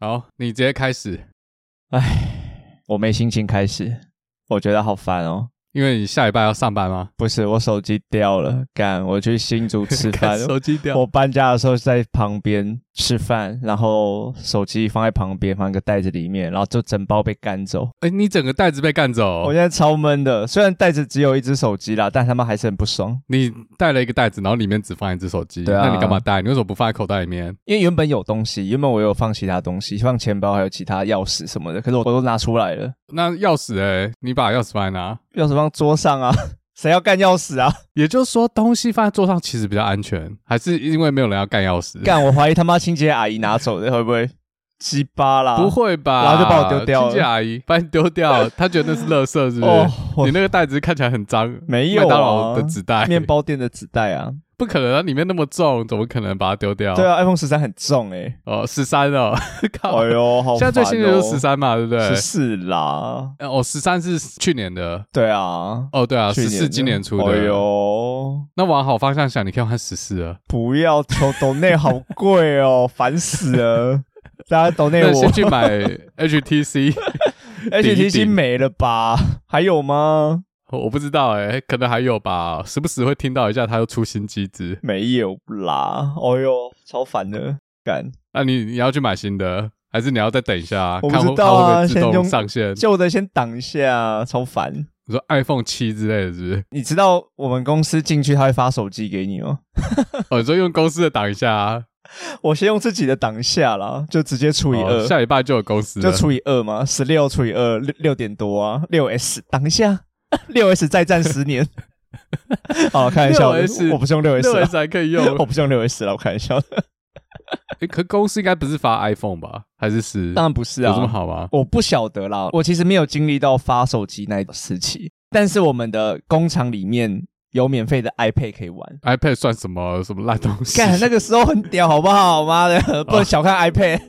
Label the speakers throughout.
Speaker 1: 好，你直接开始，
Speaker 2: 唉，我没心情开始，我觉得好烦哦。
Speaker 1: 因为你下礼拜要上班吗？
Speaker 2: 不是，我手机掉了，干，我去新竹吃
Speaker 1: 看
Speaker 2: 饭。
Speaker 1: 手机掉
Speaker 2: 我，搬家的时候在旁边吃饭，然后手机放在旁边，放一个袋子里面，然后就整包被赶走。
Speaker 1: 哎、你整个袋子被干走
Speaker 2: 我，现在超闷的，虽然袋子只有一只手机啦，但他们还是很不爽，
Speaker 1: 你带了一个袋子，然后里面只放一只手机，
Speaker 2: 对啊
Speaker 1: 那你干嘛带？你为什么不放在口袋里面？
Speaker 2: 因为原本有东西，原本我有放其他东西，放钱包还有其他钥匙什么的，可是我都拿出来了，
Speaker 1: 那钥匙哎、你把钥匙放在哪？
Speaker 2: 钥匙放桌上啊， 谁要干钥匙啊？
Speaker 1: 也就是说，东西放在桌上其实比较安全，还是因为没有人要干钥匙？
Speaker 2: 干，我怀疑他妈清洁阿姨拿走的，会不会？鸡巴啦！
Speaker 1: 不会吧？
Speaker 2: 然后就把我丢掉了
Speaker 1: 清洁阿姨把你丢 掉，她觉得那是垃圾，是不是？
Speaker 2: 哦，我
Speaker 1: 你那个袋子看起来很脏，
Speaker 2: 没有
Speaker 1: 麦当
Speaker 2: 啊
Speaker 1: 劳的纸袋，
Speaker 2: 面包店的纸袋啊，
Speaker 1: 不可能啊，里面那么重，怎么可能把它丢掉？
Speaker 2: 对啊，iPhone 十三很重哎、
Speaker 1: 哦，十三哦，
Speaker 2: 欸，
Speaker 1: 靠！
Speaker 2: 哎呦，好、哦
Speaker 1: 现在最新的就是十，三嘛，对不对
Speaker 2: 十？四啦，
Speaker 1: 呃哦，十三是去年的，
Speaker 2: 对啊，
Speaker 1: 哦，对啊，
Speaker 2: 去
Speaker 1: 十
Speaker 2: 年
Speaker 1: 四今年出的。
Speaker 2: 哎呦，
Speaker 1: 那往好方向想，你可以换十四了。
Speaker 2: 不要求抖内好贵哦， 烦死了，大家抖内
Speaker 1: 那
Speaker 2: 我
Speaker 1: 先去买 HTC，顶一
Speaker 2: HTC
Speaker 1: 顶
Speaker 2: 没了吧？还有吗？
Speaker 1: 我不知道哎、可能还有吧，时不时会听到一下它又出新机子。
Speaker 2: 没有啦，哎呦，超烦的，干
Speaker 1: 那你你要去买新的，还是你要再等一下、
Speaker 2: 我不
Speaker 1: 看会
Speaker 2: 知道啊
Speaker 1: 它会不会自
Speaker 2: 先
Speaker 1: 动
Speaker 2: 用
Speaker 1: 上线？
Speaker 2: 旧的先挡一下，超烦。
Speaker 1: 你说 iPhone 七之类的，是不 是？
Speaker 2: 你知道我们公司进去他会发手机给你吗？
Speaker 1: 哦，你说用公司的挡一下、啊，
Speaker 2: 我先用自己的挡一下啦，就直接除以
Speaker 1: 哦
Speaker 2: 二、
Speaker 1: 下礼拜就有公司
Speaker 2: 就
Speaker 1: 了。
Speaker 2: 除以二嘛，十六除以二六六点多啊，六 S 挡一下， 六 S 再战十 年。好，开玩笑的
Speaker 1: 6S
Speaker 2: 我我不是用六 S，
Speaker 1: 六
Speaker 2: 啦
Speaker 1: S 还可以用
Speaker 2: 啊 我，不是用六 S 了，我开玩笑的。
Speaker 1: 诶可公司应该不是发 iPhone 吧？还是是？
Speaker 2: 当然不是
Speaker 1: 有这么
Speaker 2: 啊，
Speaker 1: 好吗？
Speaker 2: 我不晓得啦，我其实没有经历到发手机那一时期，但是我们的工厂里面有免费的 iPad 可以玩。
Speaker 1: iPad 算什么什么烂东西？
Speaker 2: 干那个时候很屌，好不好？妈的，不能小看 iPad，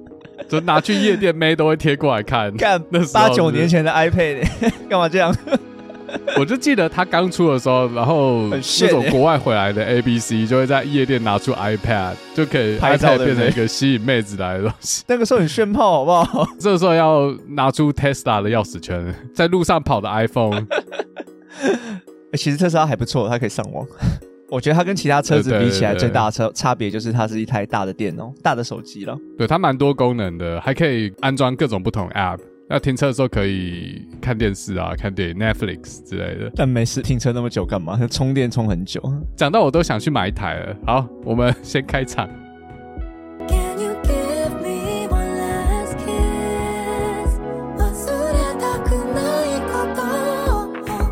Speaker 1: 就拿去夜店妹都会贴过来看。
Speaker 2: 干
Speaker 1: 那时候
Speaker 2: 八
Speaker 1: 是
Speaker 2: 九年前的 iPad，欸 干嘛这样？
Speaker 1: 我就记得他刚出的时候，然后那
Speaker 2: 很炫
Speaker 1: 种
Speaker 2: 欸
Speaker 1: 国外回来的 ABC 就会在夜店拿出 iPad，就可以
Speaker 2: 拍照
Speaker 1: iPad
Speaker 2: 对不
Speaker 1: 变成
Speaker 2: 对
Speaker 1: 一个吸引妹子来的东西。
Speaker 2: 那个时候很炫炮，好不好？
Speaker 1: 这时候要拿出 Tesla 的钥匙圈， 在路上跑的 iPhone，
Speaker 2: 欸其实特斯拉还不错，它可以上网。 我觉得它跟其他车子
Speaker 1: 呃对
Speaker 2: 比起来，
Speaker 1: 对对
Speaker 2: 最大的车差别就是它是一台大的电脑、大的手机了。
Speaker 1: 对它蛮多功能的，还可以安装各种不同 App。要停车的时候可以看电视啊，看电影、Netflix 之类的。
Speaker 2: 但没事，停车那么久干嘛？ 充电充很久。
Speaker 1: 讲到我都想去买一台了。好，我们先开场。
Speaker 3: Can you give me one last kiss? 忘れたくないこと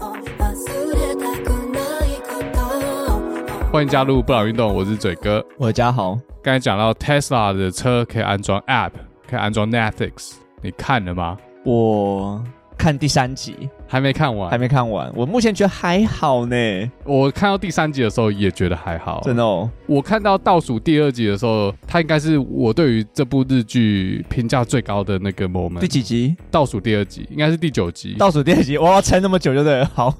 Speaker 3: 忘れたくないこと
Speaker 1: 欢迎加入不老运动，我是嘴哥。
Speaker 2: 我家豪，
Speaker 1: 刚才讲到 Tesla 的车可以安装 App，可以安装 Netflix，你看了吗？
Speaker 2: 我看第三集
Speaker 1: 还没看完，
Speaker 2: 还没看完，我目前觉得还好呢，
Speaker 1: 我看到第三集的时候也觉得还好。
Speaker 2: 真的哦。
Speaker 1: 我看到倒数第二集的时候，它应该是我对于这部日剧评价最高的那个 moment。
Speaker 2: 第几集？
Speaker 1: 倒数第二集应该是第九集，
Speaker 2: 倒数第二集，我要撑那么久就对了。好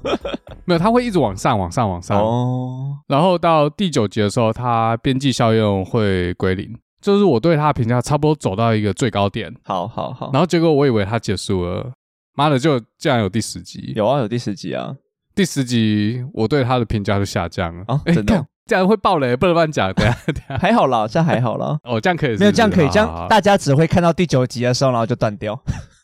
Speaker 1: 没有，它会一直往上、往上、往上。
Speaker 2: 哦，
Speaker 1: 然后到第九集的时候，它边际效用会归零，就是我对它的评价差不多走到一个最高点。
Speaker 2: 好好好
Speaker 1: 然，后结果我以为它结束了，妈的，就竟然有第十集。
Speaker 2: 有啊，有第十集啊。
Speaker 1: 第十集我对它的评价就下降了。
Speaker 2: 啊
Speaker 1: 诶
Speaker 2: 真的哦
Speaker 1: 干这样会爆雷，不能乱讲。等一下等一下，。
Speaker 2: 还好啦，这还好啦
Speaker 1: 哦，这样可以是不是
Speaker 2: 没有这样可以，这
Speaker 1: 好好
Speaker 2: 样
Speaker 1: 好
Speaker 2: 大家只会看到第九集的时候，然后就断掉。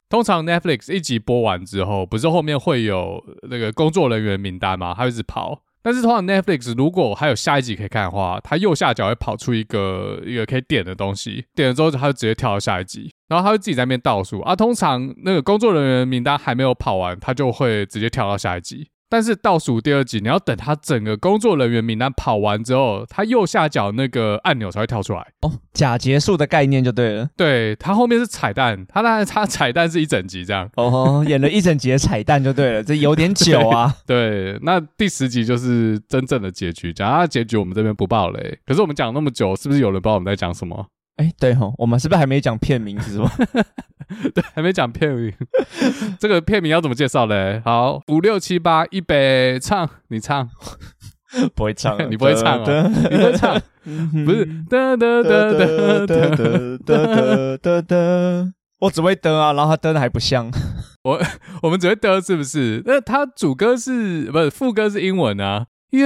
Speaker 1: 通常 Netflix 一集播完之后，不是后面会有那个工作人员名单吗？它会一直跑。但是通常 Netflix 如果还有下一集可以看的话，它右下角会跑出一个一个可以点的东西，点了之后它就直接跳到下一集，然后它会自己在那边倒数啊。通常那个工作人员名单还没有跑完，它就会直接跳到下一集。但是倒数第二集，你要等它整个工作人员名单跑完之后，它右下角那个按钮才会跳出来。
Speaker 2: 哦，假结束的概念就对了。
Speaker 1: 对，它后面是彩蛋，它那它彩蛋是一整集这样。
Speaker 2: 哦，演了一整集的彩蛋就对了，这有点久 啊。
Speaker 1: 对，那第十集就是真正的结局。讲到结局，我们这边不爆雷。可是我们讲那么久，是不是有人不知道我们在讲什么？
Speaker 2: 哎，对吼，我们是不是还没讲片名是什么？
Speaker 1: 对，还没讲片 名。这个片名要怎么介绍嘞？好，五六七八，一杯唱，你唱。
Speaker 2: 不会唱 了，
Speaker 1: 你不会 唱啊
Speaker 2: 噔
Speaker 1: 你会唱？不是，哒哒 哒哒
Speaker 2: 噔
Speaker 1: 哒
Speaker 2: 噔
Speaker 1: 哒。
Speaker 2: 噔噔噔噔，我只会噔啊，然后他噔的还不像，
Speaker 1: 我们只会的是不是？那他主歌是不是副歌是英文啊？You're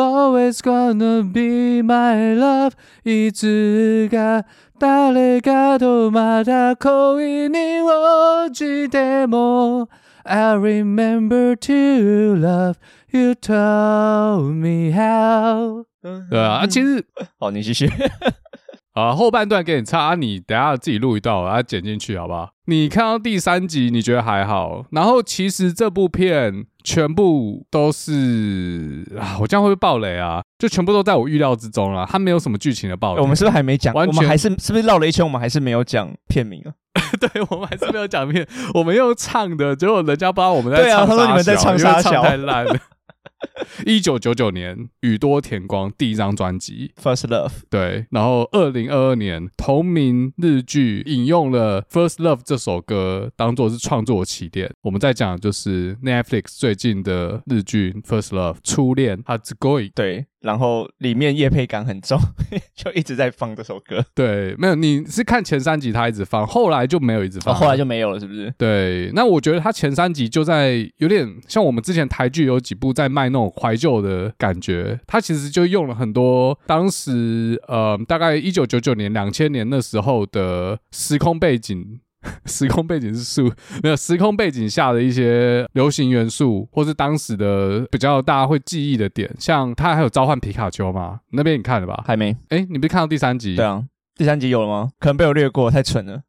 Speaker 1: always gonna be my love，一直が誰かとまだ恋に落ちても，I remember to love you told me how。对啊，啊 其实哦
Speaker 2: 好，哦你继续。
Speaker 1: 啊，后半段给你插，啊你等一下自己录一段，然后剪进去，好不好？你看到第三集，你觉得还好？然后其实这部片全部都是啊，我这样会不会爆雷啊？就全部都在我预料之中了，它没有什么剧情的爆雷。
Speaker 2: 我们是不是还没讲？
Speaker 1: 完
Speaker 2: 我
Speaker 1: 全
Speaker 2: 们还是是不是绕了一圈？我们还是没有讲片名啊？
Speaker 1: 对，我们还是没有讲片，我们又唱的，结果人家不知道我们在
Speaker 2: 对啊
Speaker 1: 唱
Speaker 2: 他说你们在
Speaker 1: 小因
Speaker 2: 唱
Speaker 1: 为
Speaker 2: 沙
Speaker 1: 唱
Speaker 2: 小
Speaker 1: 太烂了。 一九九九年，宇多田光第一张专辑，
Speaker 2: First Love，
Speaker 1: 对，然后二零二二年同名日剧引用了《First Love》这首歌当做是创作起点。我们在讲的就是 Netflix 最近的日剧《First Love》初恋 h a t s g o i
Speaker 2: 对，然后里面夜配感很重， 就一直在放这首歌，
Speaker 1: 对，没有，你是看前三集他一直放，后来就没有一直
Speaker 2: 然
Speaker 1: 放，
Speaker 2: 哦后后来就没有了，是不是？
Speaker 1: 对，那我觉得他前三集就在有点像我们之前台剧有几部在卖那种怀旧的感觉，他其实就用了很多当时呃大概一九九九年、两千年那时候的时空背景。 时空背景是素，没有时空背景下的一些流行元素，或是当时的比较大家会记忆的点，像他还有召唤皮卡丘嘛，那边你看了吧？
Speaker 2: 还没。
Speaker 1: 哎，你不是看到第三集？
Speaker 2: 对啊，第三集有了吗？可能被我略过，太蠢了。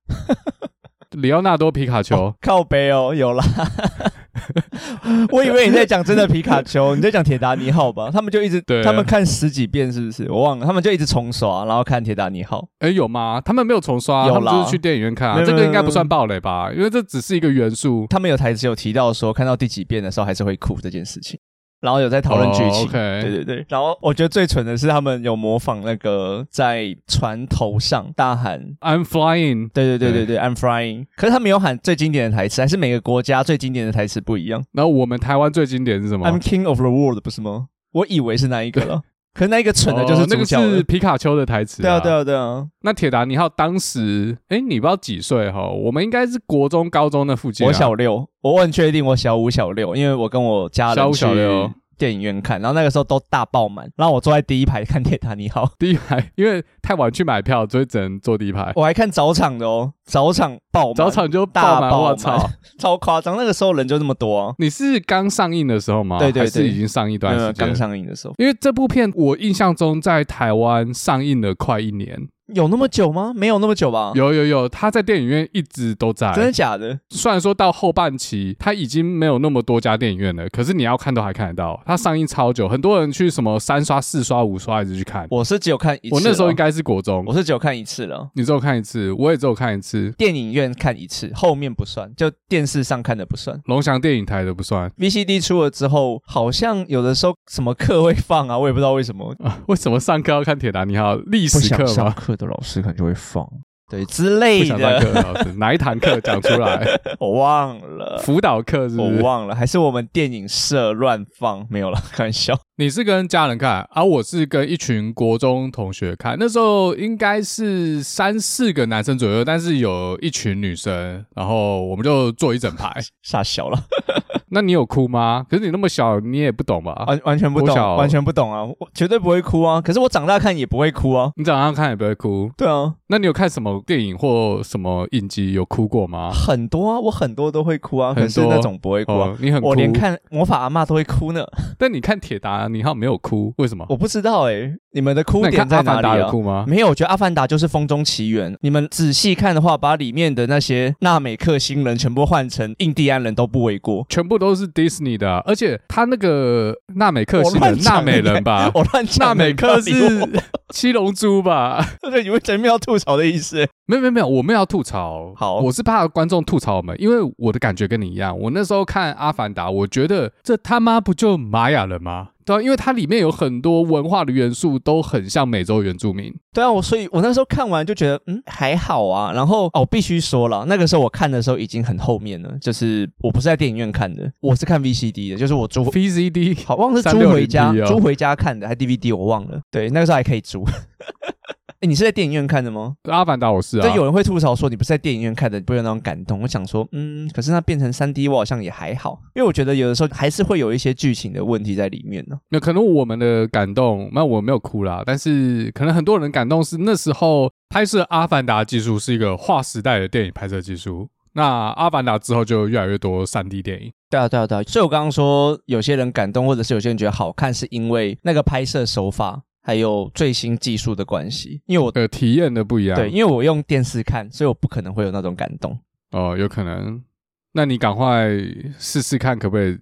Speaker 1: 里奥纳多皮卡丘，
Speaker 2: 靠背哦，有啦。 我以为你在讲真的皮卡丘，你在讲铁达尼号吧？他们就一直，
Speaker 1: 对啊
Speaker 2: 他们看十几遍是不是？我忘了，他们就一直重刷，然后看铁达尼号。
Speaker 1: 哎，有吗？他们没有重刷啊，
Speaker 2: 有
Speaker 1: 他
Speaker 2: 啦
Speaker 1: 们就是去电影院看
Speaker 2: 没
Speaker 1: 啊。
Speaker 2: 有
Speaker 1: 这个
Speaker 2: 没有
Speaker 1: 应该不算暴雷吧？因为这只是一个元素。
Speaker 2: 他们有台词有提到说，看到第几遍的时候还是会哭这件事情，然后有在讨论剧情。
Speaker 1: 哦 OK
Speaker 2: 对对对，然后我觉得最蠢的是他们有模仿那个在船头上大喊。
Speaker 1: I'm flying，
Speaker 2: 对对对对对，I'm flying。可是他没有喊最经典的台词，还是每个国家最经典的台词不一样。
Speaker 1: 然后我们台湾最经典是什么？
Speaker 2: I'm king of the world 不是吗？我以为是那一个了，可是那一个蠢的就是
Speaker 1: 哦那
Speaker 2: 主
Speaker 1: 个
Speaker 2: 角了。
Speaker 1: 是皮卡丘的台词。
Speaker 2: 对啊对。啊对啊！
Speaker 1: 那铁达尼号当时，哎，你不知道几岁哈？我们应该是国中、高中那附近啊。
Speaker 2: 我小六，我很确定我小五小六，因为我跟我家
Speaker 1: 小
Speaker 2: 人
Speaker 1: 五
Speaker 2: 去
Speaker 1: 小六
Speaker 2: 电影院看，然后那个时候都大爆满，然后我坐在第一排看《铁达尼号》，
Speaker 1: 第一排，因为太晚去买票，所以只能坐第一排。
Speaker 2: 我还看早场的哦，早场爆满，
Speaker 1: 早场就
Speaker 2: 大
Speaker 1: 爆满，
Speaker 2: 爆
Speaker 1: 我
Speaker 2: 满，
Speaker 1: 操！
Speaker 2: 超夸张，那个时候人就那么多、啊，
Speaker 1: 你是刚上映的时候吗？
Speaker 2: 对对
Speaker 1: 还是
Speaker 2: 对
Speaker 1: 已经上映一
Speaker 2: 没
Speaker 1: 段
Speaker 2: 有
Speaker 1: 时
Speaker 2: 没
Speaker 1: 间
Speaker 2: 有？刚上映的时候，
Speaker 1: 因为这部片我印象中在台湾上映了快一年，
Speaker 2: 有那么久吗？没有那么久吧？，
Speaker 1: 有有有，他在电影院一直都在。
Speaker 2: 真的假的？
Speaker 1: 虽然说到后半期，他已经没有那么多家电影院了，可是你要看都还看得到。它上映超久，很多人去什么三刷、四刷、五刷一直去看。我
Speaker 2: 我是只有看一次，
Speaker 1: 那时候应，该是国中，
Speaker 2: 我是只有看一次了。
Speaker 1: 你只有看一次，我也只有看一次。
Speaker 2: 电影院看一次，后面不算，就电视上看的不算。
Speaker 1: 龙翔电影台的不算
Speaker 2: VCD 出了之后，好像有的时候什么课会放啊，我也不知道为什么。
Speaker 1: 啊？为什么上课要看《铁达尼号》历
Speaker 2: 不
Speaker 1: 史
Speaker 2: 想
Speaker 1: 课
Speaker 2: 上
Speaker 1: 吗？
Speaker 2: 课的老师可能就会放，对之类
Speaker 1: 不想上
Speaker 2: 的，
Speaker 1: 课，老师哪一堂课讲出 来？
Speaker 2: 我忘了，
Speaker 1: 辅导课是不
Speaker 2: 我
Speaker 1: 是？
Speaker 2: 忘了，还是我们电影社乱放，没有了，开玩笑。
Speaker 1: 你是跟家人看，而、我是跟一群国中同学看。那时候应该是三四个男生左右，但是有一群女生，然后我们就坐一整 排。
Speaker 2: 傻小了，
Speaker 1: 那你有哭吗？可是你那么小，你也不懂吧？
Speaker 2: 完完全不
Speaker 1: 国
Speaker 2: 懂
Speaker 1: 小，
Speaker 2: 完全不懂啊！我绝对不会哭啊！可是我长大看也不会哭啊。
Speaker 1: 你早上看也不会哭。
Speaker 2: 对啊，
Speaker 1: 那你有看什么电影或什么影集有哭过吗？
Speaker 2: 很多啊，我很多都会哭
Speaker 1: 很
Speaker 2: 啊，
Speaker 1: 多
Speaker 2: 可是那种不会哭啊。
Speaker 1: 哦，你很哭。
Speaker 2: 我连，看《魔法阿嬷都会哭呢，
Speaker 1: 但你看《铁达尼号》没有哭，为什么？
Speaker 2: 我不知道哎、你们的哭
Speaker 1: 那你看
Speaker 2: 点
Speaker 1: 《
Speaker 2: 在
Speaker 1: 阿
Speaker 2: 哪
Speaker 1: 凡
Speaker 2: 里
Speaker 1: 达》有
Speaker 2: 啊？
Speaker 1: 哭吗？
Speaker 2: 没有，我觉得《阿凡达》就是《风中奇缘》。你们仔细看的话，把里面的那些纳美克星人全部换成印第安人都不为过。
Speaker 1: 全部都是 Disney 的啊、而且他那个纳美克星
Speaker 2: 我
Speaker 1: 人
Speaker 2: 乱，讲
Speaker 1: 纳美人吧，
Speaker 2: 我乱讲
Speaker 1: 纳
Speaker 2: 的，
Speaker 1: 美克是
Speaker 2: 你不要理我
Speaker 1: 七龙珠吧？
Speaker 2: 对，你们前面要吐槽的意思。
Speaker 1: 没有没有没有，我们要吐槽。
Speaker 2: 好
Speaker 1: 我是怕观众吐槽我们，因为我的感觉跟你一样。我那时候看《阿凡达》，我觉得这他妈不就玛雅人吗？对啊、因为它里面有很多文化的元素都很像美洲原住民。
Speaker 2: 对啊，我所以，我那时候看完就觉得，嗯，还好啊。然后哦，必须说了，那个时候我看的时候已经很后面了，就是我不是在电影院看的，我是看 VCD 的，就是我租，
Speaker 1: VCD
Speaker 2: 好忘了是租回家，
Speaker 1: 360P 哦
Speaker 2: 租回家看的，还 DVD 我忘了。对，那个时候还可以租。 哎，你是在电影院看的吗？
Speaker 1: 阿凡达我是啊，
Speaker 2: 就有人会吐槽说你不是在电影院看的，你不会有那种感动。我想说，嗯，可是那变成三 D，我好像也还好，因为我觉得有的时候还是会有一些剧情的问题在里面呢、
Speaker 1: 那可能我们的感动，那我没有哭啦，但是可能很多人感动是那时候拍摄《阿凡达》技术是一个划时代的电影拍摄技术。那《阿凡达》之后就越来越多3 D 电影，
Speaker 2: 对啊，对啊，对啊。所以我刚刚说，有些人感动，或者是有些人觉得好看，是因为那个拍摄手法还有最新技术的关系。因为我
Speaker 1: 呃，体验的不一样。
Speaker 2: 对，因为我用电视看，所以我不可能会有那种感动。
Speaker 1: 哦，有可能。那你赶快试试看，可不可以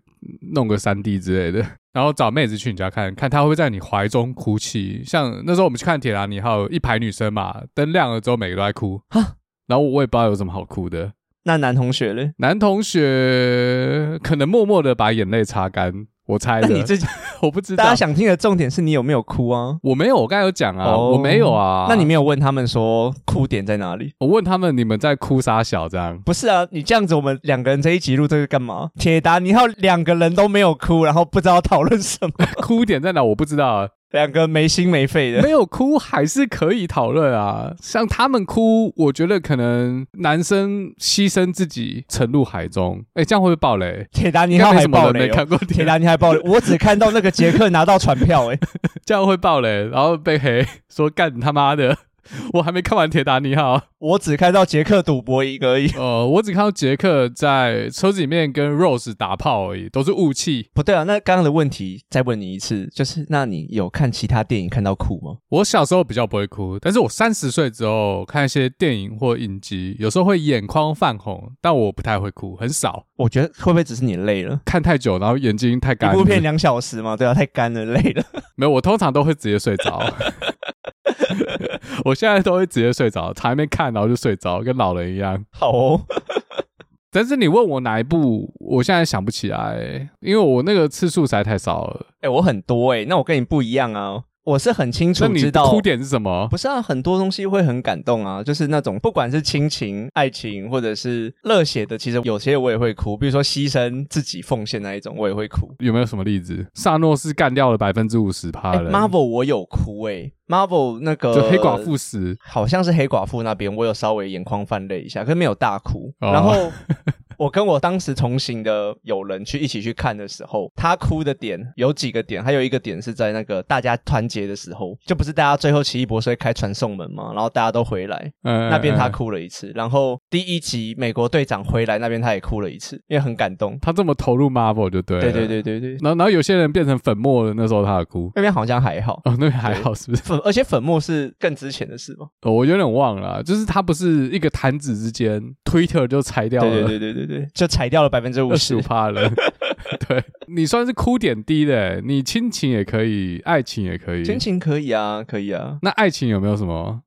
Speaker 1: 弄个3 D 之类的， 然后找妹子去你家看看，她会不会在你怀中哭泣？像那时候我们去看《铁达尼号》，一排女生嘛，灯亮了之后每个都在哭
Speaker 2: 啊，
Speaker 1: 然后我也不知道有什么好哭的。
Speaker 2: 那男同学呢？
Speaker 1: 男同学可能默默的把眼泪擦干，我猜
Speaker 2: 那
Speaker 1: 的。
Speaker 2: 你自己，
Speaker 1: 我不知
Speaker 2: 大
Speaker 1: 道
Speaker 2: 家，想听的重点是你有没有哭啊？
Speaker 1: 我没有，我刚才有讲啊
Speaker 2: 哦
Speaker 1: 我没有啊。
Speaker 2: 那你没有问他们说哭点在哪里？
Speaker 1: 我问他们，你们在哭啥小这样？
Speaker 2: 不是啊，你这样子，我们两个人这一集录这个干嘛？铁达尼号两个人都没有哭，然后不知道讨论什么，
Speaker 1: 哭点在哪？我不知道啊，
Speaker 2: 两个没心没肺 的。
Speaker 1: 没有哭还是可以讨论啊。像他们哭，我觉得可能男生牺牲自己沉入海中，哎、这样会不会爆雷？
Speaker 2: 铁达尼号
Speaker 1: 应该没
Speaker 2: 还
Speaker 1: 什么
Speaker 2: 爆
Speaker 1: 人
Speaker 2: 雷
Speaker 1: 没
Speaker 2: 哦、
Speaker 1: 看过铁
Speaker 2: 铁
Speaker 1: 达，
Speaker 2: 达尼还爆雷，我只看到那个杰克拿到船票、欸，哎，
Speaker 1: 这样会爆雷，然后被黑说干他妈的， 我还没看完铁达尼号。
Speaker 2: 我只看到杰克赌博赢而已。
Speaker 1: 呃，我只看到杰克在车子里面跟 Rose 打炮而已，都是雾气。
Speaker 2: 不对啊，那刚刚的问题再问你一次，就是那你有看其他电影看到哭吗？
Speaker 1: 我小时候比较不会哭，但是我三十岁之后看一些电影或影集，有时候会眼眶泛红，但我不太会哭，很少。
Speaker 2: 我觉得会不会只是你累了？
Speaker 1: 看太久，然后眼睛太
Speaker 2: 一
Speaker 1: 干，
Speaker 2: 部片两小时嘛，对啊，太干了，累了。
Speaker 1: 没有，我通常都会直接睡着。 我现在都会直接睡着，躺在那边看，然后就睡着，跟老人一样。
Speaker 2: 好哦，
Speaker 1: 但是你问我哪一部，我现在想不起来，因为我那个次数实在太少了。
Speaker 2: 哎、我很多哎、那我跟你不一样啊，我是很清
Speaker 1: 那
Speaker 2: 楚
Speaker 1: 你
Speaker 2: 知道
Speaker 1: 哭点是什么？
Speaker 2: 不是啊，很多东西会很感动啊，就是那种不管是亲情、爱情，或者是热血的，其实有些我也会哭，比如说牺牲自己、奉献那一种，我也会哭。
Speaker 1: 有没有什么例子？萨诺是干掉了百分之五十趴
Speaker 2: 哎、
Speaker 1: 的人
Speaker 2: m a r v e l 我有哭哎、m a r v e l 那个
Speaker 1: 就黑寡妇死。
Speaker 2: 好像是黑寡妇那边，我有稍微眼眶泛泪一下，可是没有大哭。
Speaker 1: 哦
Speaker 2: 然 后我跟我当时同行的友人去一起去看的时候，他哭的点有几个点，还有一个点是在那个大家团结的时候，就不是大家最后奇异博士会开传送门嘛，然后大家都回来。
Speaker 1: 嗯，
Speaker 2: 那边他
Speaker 1: 嗯，嗯
Speaker 2: 哭了一次，然后第一集美国队长回来那边他也哭了一次，因为很感动。
Speaker 1: 他这么投入 Marvel 就对。
Speaker 2: 对对。对对对，
Speaker 1: 然后，然后有些人变成粉末了，那时候他的哭。
Speaker 2: 那边好像还好，
Speaker 1: 哦，那还好是不是？
Speaker 2: 粉而且粉末是更之前的事嘛。
Speaker 1: 哦我有点忘了啊，就是他不是一个弹指之间，Twitter 就裁掉
Speaker 2: 对对
Speaker 1: 了
Speaker 2: 对对对对，就裁掉了百分之五
Speaker 1: 二十
Speaker 2: 十
Speaker 1: 五。趴了。 对你算是哭点低的欸，你亲情也可以，爱情也可以。
Speaker 2: 心情可以啊，可以啊。
Speaker 1: 那爱情有没有什么？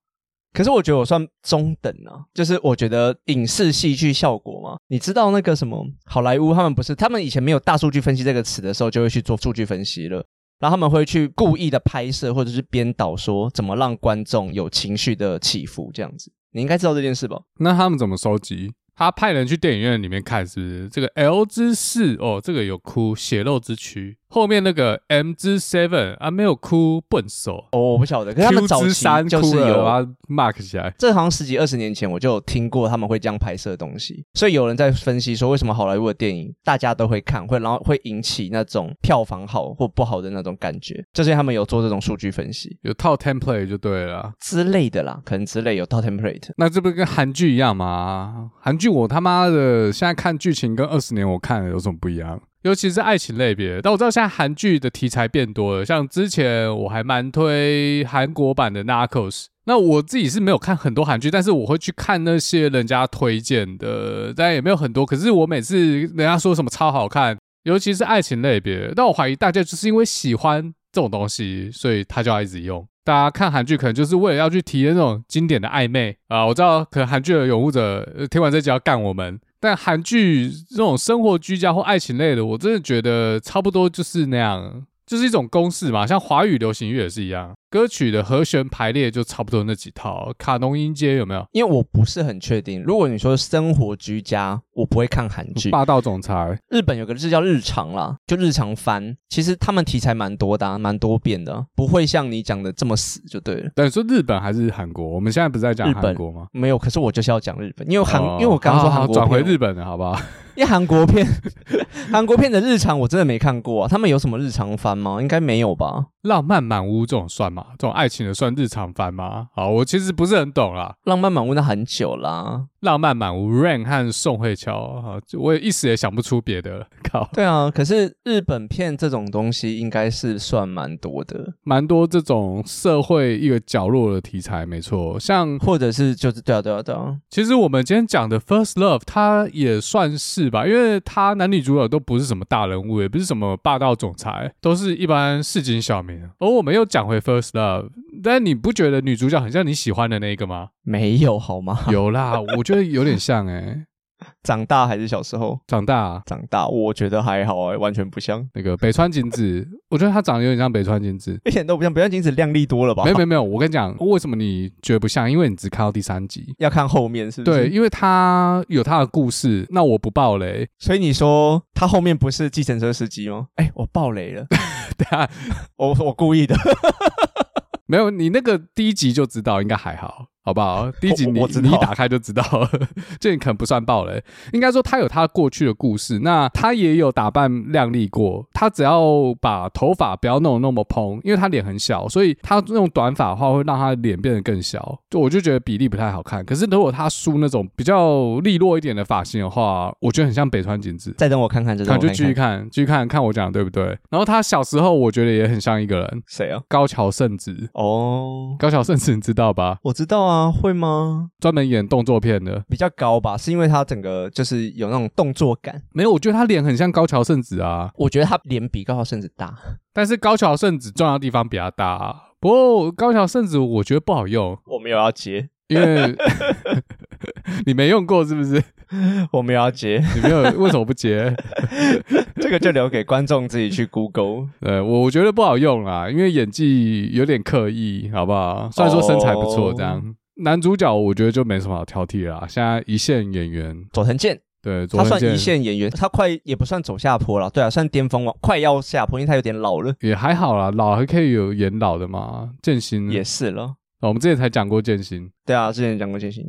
Speaker 2: 可是我觉得我算中等啊，就是我觉得影视戏剧效果嘛，你知道那个什么好莱坞他们不是，他们以前没有大数据分析这个词的时候，就会去做数据分析了。然后他们会去故意的拍摄或者是编导，说怎么让观众有情绪的起伏，这样子。你应该知道这件事吧？
Speaker 1: 那他们怎么收集？他派人去电影院里面看，是不是？这个 L 之四哦，这个有哭，血肉之躯。后面那个 M 之 seven 啊，没有哭，笨手。
Speaker 2: 哦，我不晓得。可是他们
Speaker 1: Q
Speaker 2: 早
Speaker 1: 之
Speaker 2: 期
Speaker 1: 三
Speaker 2: 就
Speaker 1: 哭
Speaker 2: 是
Speaker 1: 了，
Speaker 2: 有啊
Speaker 1: 把它 mark 起来。
Speaker 2: 这好像十几二十年前我就有听过他们会这样拍摄的东西，所以有人在分析说，为什么好莱坞的电影大家都会看，会然后会引起那种票房好或不好的那种感觉，就是因为他们有做这种数据分析
Speaker 1: 有套 template 就对了啊。
Speaker 2: 之类的啦，可能之类有到 template。
Speaker 1: 那这不是跟韩剧一样吗？韩剧我他妈的现在看剧情跟二十年我看了有什么不一样？尤其是爱情类别，但我知道现在韩剧的题材变多了，像之前我还蛮推韩国版的《Narcos》。那我自己是没有看很多韩剧，但是我会去看那些人家推荐的，但也没有很多。可是我每次人家说什么超好看，尤其是爱情类别，但我怀疑大家就是因为喜欢这种东西，所以他就要一直用。大家看韩剧可能就是为了要去体验那种经典的暧昧啊、我知道可能韩剧的拥护者呃听完这集要干我们，但韩剧这种生活居家或爱情类的，我真的觉得差不多就是那样。就是一种公式嘛，像华语流行乐也是一样，歌曲的和弦排列就差不多那几套，卡农音阶有没有？
Speaker 2: 因为我不是很确定。如果你说生活居家，我不会看韩剧。
Speaker 1: 霸道总裁，
Speaker 2: 日本有个字叫日常啦，就日常番。其实他们题材蛮多的、啊，蛮多变的啊、不会像你讲的这么死就对了。
Speaker 1: 等于说日本还是韩国？我们现在不是在讲
Speaker 2: 日本
Speaker 1: 韩国吗？
Speaker 2: 没有，可是我就是要讲日本，因为韩，
Speaker 1: 哦
Speaker 2: 因为我刚刚说
Speaker 1: 好
Speaker 2: 韩
Speaker 1: 好
Speaker 2: 国
Speaker 1: 转回
Speaker 2: 片
Speaker 1: 日本了，好不 好？
Speaker 2: 因为韩国片， 韩国片的日常我真的没看过啊。他们有什么日常番吗？应该没有吧。
Speaker 1: 浪漫满屋这种算吗？这种爱情的算日常番吗？好，我其实不是很懂啦。
Speaker 2: 浪漫满屋那很久啦。
Speaker 1: 浪漫满屋 Rain 和宋慧乔啊，就我也一时也想不出别的 了，靠，
Speaker 2: 对啊，可是日本片这种东西应该是算蛮多的，
Speaker 1: 蛮多这种社会一个角落的题材，没错。像
Speaker 2: 或者是就是对啊对啊对啊，
Speaker 1: 其实我们今天讲的 First Love，它也算是吧，因为它男女主角都不是什么大人物，也不是什么霸道总裁，都是一般市井小民。而我们又讲回 First Love，但你不觉得女主角很像你喜欢的那个吗？
Speaker 2: 没有好吗？
Speaker 1: 有啦，我觉得有点像诶、
Speaker 2: 长大还是小时候？
Speaker 1: 长大啊、
Speaker 2: 长大，我觉得还好哎、完全不像，
Speaker 1: 那个北川景子，我觉得她长得有点像北川景子。
Speaker 2: 一点都不像。北川景子靓丽多了吧？
Speaker 1: 没有没有没有，我跟你讲，为什么你觉得不像？因为你只看到第三集。
Speaker 2: 要看后面是不
Speaker 1: 对，
Speaker 2: 是？，
Speaker 1: 因为她有她的故事，那我不爆雷。
Speaker 2: 所以你说他后面不是计程车司机吗？哎、我爆雷 了，
Speaker 1: 等一下
Speaker 2: 我我故意的，
Speaker 1: 没有，你那个第一集就知道，应该还好，好不 好？第一集你
Speaker 2: 我知道
Speaker 1: 你一打开就知道了， 这你可能不算爆雷。应该说他有他过去的故事，那他也有打扮靓丽过。他只要把头发不要弄得那么蓬，因为他脸很小，所以他用短发的话会让他的脸变得更小。就我就觉得比例不太好看。可是如果他梳那种比较利落一点的发型的话，我觉得很像北川景子。
Speaker 2: 再等我看看这
Speaker 1: 那
Speaker 2: 种。
Speaker 1: 就
Speaker 2: 我
Speaker 1: 继续
Speaker 2: 看。
Speaker 1: 看，继续看看我讲的对不对。然后他小时候，我觉得也很像一个人，
Speaker 2: 谁啊？
Speaker 1: 高桥圣子。
Speaker 2: 哦，
Speaker 1: 高桥圣子你知道吧？
Speaker 2: 我知道啊，会吗？
Speaker 1: 专门演动作片的。
Speaker 2: 比较高吧，是因为他整个就是有那种动作感。
Speaker 1: 没有，我觉得他脸很像高桥圣子啊，
Speaker 2: 我觉得他脸比高晓甚至大。
Speaker 1: 但是高桥圣子重要地方比较大、啊。不过高桥圣子我觉得不好用，
Speaker 2: 我没有要接，
Speaker 1: 因 为 你没用过是不是？
Speaker 2: 我没有要接，
Speaker 1: 你没有，为什么不接？
Speaker 2: 这个就留给观众自己去 Google。
Speaker 1: 呃，我我觉得不好用啦，因为演技有点刻意，好不好？虽然说身材不错，这样。
Speaker 2: 哦
Speaker 1: 男主角我觉得就没什么好挑剔啦，现在一线演员，
Speaker 2: 佐藤健，
Speaker 1: 对，佐
Speaker 2: 他
Speaker 1: 藤
Speaker 2: 算一
Speaker 1: 健
Speaker 2: 线演员，他快也不算走下坡了，对啊，算巅峰了，快要下坡，因为他有点老了，
Speaker 1: 也还好啦，老还可以有演老的嘛，剑心
Speaker 2: 也是了。
Speaker 1: 哦我们之前才讲过剑心，
Speaker 2: 对啊，之前讲过这些，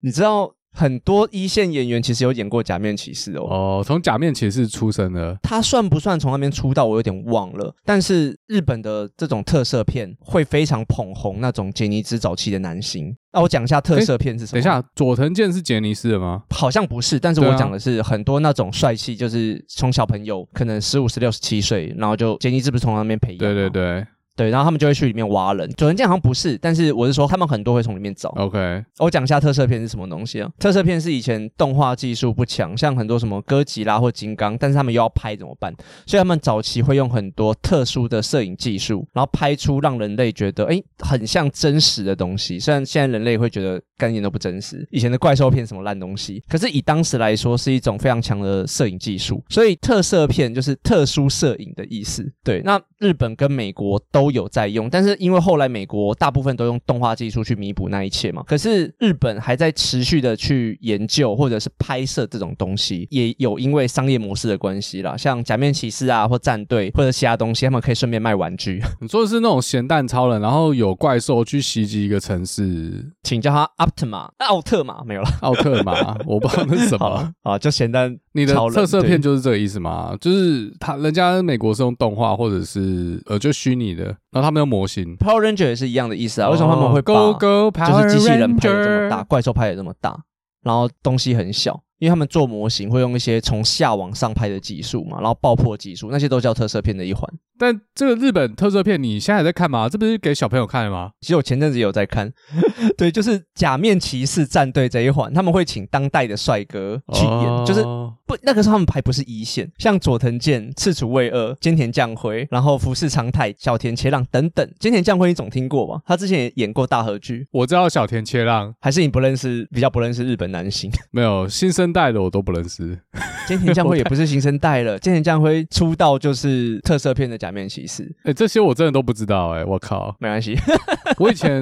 Speaker 2: 你知道很多一线演员其实有演过《假面骑士》哦。
Speaker 1: 哦，从假面骑士出生的，
Speaker 2: 他算不算从那边出道，我有点忘了。但是日本的这种特色片会非常捧红那种杰尼斯早期的男星。啊那我讲一下特色片是什
Speaker 1: 等
Speaker 2: 么？
Speaker 1: 一下，，佐藤健是杰尼斯的吗？
Speaker 2: 好像不是，但是
Speaker 1: 对
Speaker 2: 我
Speaker 1: 啊
Speaker 2: 讲的是很多那种帅气，就是从小朋友可能十五、十六、十七岁，然后就杰尼斯不是从那边培养吗，
Speaker 1: 对对对
Speaker 2: 对，然后他们就会去里面挖人。佐藤健好像不是，但是我是说他们很多会从里面找。
Speaker 1: ，OK，
Speaker 2: 哦我讲一下特摄片是什么东西啊？特摄片是以前动画技术不强，像很多什么哥吉拉或金刚，但是他们又要拍怎么办？所以他们早期会用很多特殊的摄影技术，然后拍出让人类觉得诶很像真实的东西。虽然现在人类会觉得干一点都不真实，以前的怪兽片什么烂东西，可是以当时来说是一种非常强的摄影技术。所以特摄片就是特殊摄影的意思。对，那日本跟美国都有在用，但是因为后来美国大部分都用动画技术去弥补那一切嘛，可是日本还在持续的去研究或者是拍摄这种东西，也有因为商业模式的关系啦，像假面骑士啊或战队或者其他东西，他们可以顺便卖玩具，
Speaker 1: 你说的是那种咸蛋超人，然后有怪兽去袭击一个城市，
Speaker 2: 请叫他 Optima 奥特玛没有啦。
Speaker 1: 奥特曼，我不知道那是什
Speaker 2: 好
Speaker 1: 么
Speaker 2: 了。啊，就简单
Speaker 1: 你的
Speaker 2: 超人
Speaker 1: 特色片
Speaker 2: 对
Speaker 1: 就是这个意思吗？就是他人家美国是用动画或者是呃就虚拟的，然后他们用模型。
Speaker 2: Power Ranger 也是一样的意思啊，
Speaker 1: 哦
Speaker 2: 为什么他们会把
Speaker 1: Go Go
Speaker 2: 就
Speaker 1: Power
Speaker 2: 是机器人拍的这么
Speaker 1: Ranger
Speaker 2: 大，怪兽拍的这么大，然后东西很小，因为他们做模型会用一些从下往上拍的技术嘛，然后爆破技术，那些都叫特色片的一环。
Speaker 1: 但这个日本特色片你现在还在看吗？这不是给小朋友看的吗？
Speaker 2: 其实我前阵子也有在看， 对，就是假面骑士战队这一环，他们会请当代的帅哥去演，就是
Speaker 1: 哦
Speaker 2: 不，那个时候他们还不是一线，像佐藤健、赤楚卫二、菅田将晖，然后服士常太、小田切让等等。菅田将晖你总听过吧？他之前也演过大和剧，
Speaker 1: 我知道小田切让
Speaker 2: 还是你不认识，比较不认识日本男星。
Speaker 1: 没有新生代的我都不认识，
Speaker 2: 菅田将晖也不是新生代了， 菅田将晖出道就是特色片的假面骑士。
Speaker 1: 哎、这些我真的都不知道、哎，我靠！
Speaker 2: 没关系，
Speaker 1: 我以前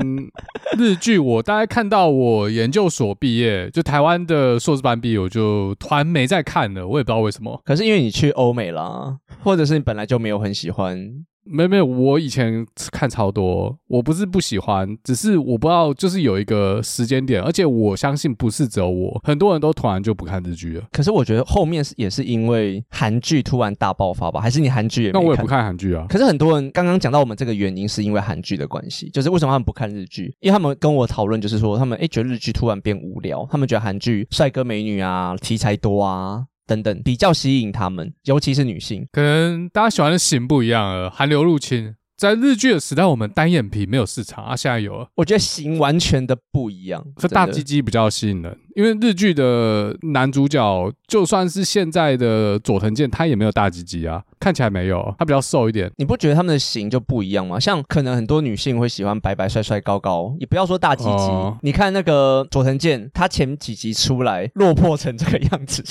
Speaker 1: 日剧，我大概看到我研究所毕业，就台湾的硕士班毕业，我就突然没再看了，我也不知道为什么。
Speaker 2: 可是因为你去欧美啦，或者是你本来就没有很喜欢，
Speaker 1: 没有没有，我以前看超多，我不是不喜欢，只是我不知道，就是有一个时间点，而且我相信不是只有我，很多人都突然就不看日剧了。
Speaker 2: 可是我觉得后面是也是因为韩剧突然大爆发吧，还是你韩剧也没
Speaker 1: 那
Speaker 2: 看？
Speaker 1: 我也不看韩剧啊，
Speaker 2: 可是很多人刚刚讲到我们这个原因，是因为韩剧的关系，就是为什么他们不看日剧？因为他们跟我讨论，就是说他们诶觉得日剧突然变无聊，他们觉得韩剧帅哥美女啊，题材多啊等等，比较吸引他们，尤其是女性。
Speaker 1: 可能大家喜欢的型不一样了。韩流入侵，在日剧的时代，我们单眼皮没有市场啊，现在有了。
Speaker 2: 我觉得型完全的不一样，
Speaker 1: 这大
Speaker 2: 真的
Speaker 1: 鸡鸡比较吸引人，因为日剧的男主角就算是现在的佐藤健，他也没有大鸡鸡啊，看起来没有，他比较瘦一点。
Speaker 2: 你不觉得他们的型就不一样吗？像可能很多女性会喜欢白白帅帅高高，也不要说大鸡鸡。
Speaker 1: 哦
Speaker 2: 你看那个佐藤健，他前几集出来落魄成这个样子，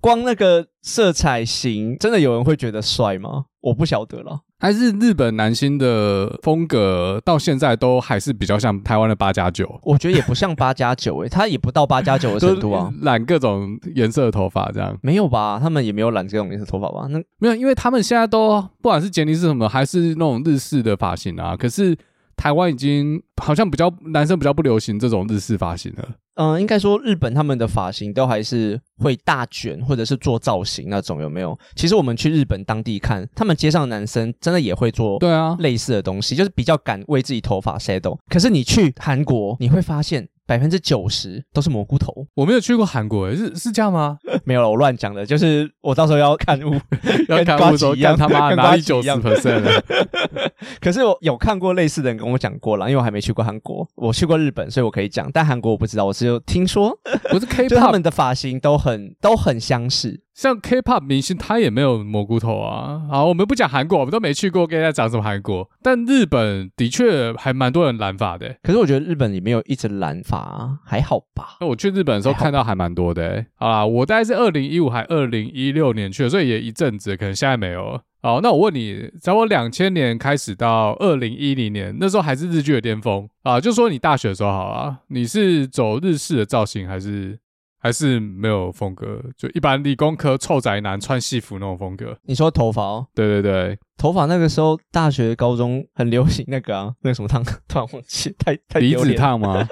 Speaker 2: 光那个色彩型，真的有人会觉得帅吗？我不晓得了。
Speaker 1: 还是日本男星的风格到现在都还是比较像台湾的八加九，
Speaker 2: 我觉得也不像八加九诶，欸他也不到八加九的程度 啊
Speaker 1: 就。是染各种颜色的头发这样。
Speaker 2: 没有吧？他们也没有染这种颜色头发吧？那
Speaker 1: 没有，因为他们现在都不管是剪辑是什么，还是那种日式的发型啊，可是。台湾已经好像比较男生比较不流行这种日式发型了，
Speaker 2: 嗯、应该说日本他们的发型都还是会大卷，或者是做造型那种，有没有？其实我们去日本当地看，他们街上的男生真的也会做
Speaker 1: 对啊，
Speaker 2: 类似的东西，就是比较敢为自己头发 shadow。可是你去韩国，你会发现百分之九十都是蘑菇头。
Speaker 1: 我没有去过韩国、欸，是是这样吗？
Speaker 2: 没有了，我乱讲的，就是我到时候要看屋。
Speaker 1: 要
Speaker 2: 跟
Speaker 1: 看
Speaker 2: 瓜
Speaker 1: 欧洲，
Speaker 2: 吉一样
Speaker 1: 看他妈
Speaker 2: 跟
Speaker 1: 哪
Speaker 2: 瓜
Speaker 1: 里
Speaker 2: 吉
Speaker 1: 九
Speaker 2: 一
Speaker 1: 十
Speaker 2: 样
Speaker 1: percent 了？
Speaker 2: 可是我有看过类似的人跟我讲过了，因为我还没去过韩国，我去过日本，所以我可以讲。但韩国我不知道，我只有听说，
Speaker 1: 不是
Speaker 2: 就他
Speaker 1: K-pop，
Speaker 2: 们的发型都很都很相似。
Speaker 1: 像 K-pop 明星他也没有蘑菇头啊。好，我们不讲韩国，我们都没去过，跟大家讲什么韩国。但日本的确还蛮多人染发的欸、
Speaker 2: 可是我觉得日本也没有一直染发啊，还好吧。
Speaker 1: 那我去日本的时候
Speaker 2: 还好
Speaker 1: 看到还蛮多的、欸。好啦，我大概是二零一五还二零一六年去的，所以也一阵子，可能现在没有了。好，那我问你，从我两千年开始到二零一零年，那时候还是日剧的巅峰啊。就说你大学的时候好啊，你是走日式的造型，还是还是没有风格？就一般理工科臭宅男穿西服那种风格。
Speaker 2: 你说头发、哦，
Speaker 1: 对对对，
Speaker 2: 头发那个时候大学、高中很流行那个啊， 那个什么烫，突然忘记，太太
Speaker 1: 离
Speaker 2: 丢
Speaker 1: 子
Speaker 2: 脸了呃
Speaker 1: 烫 吗？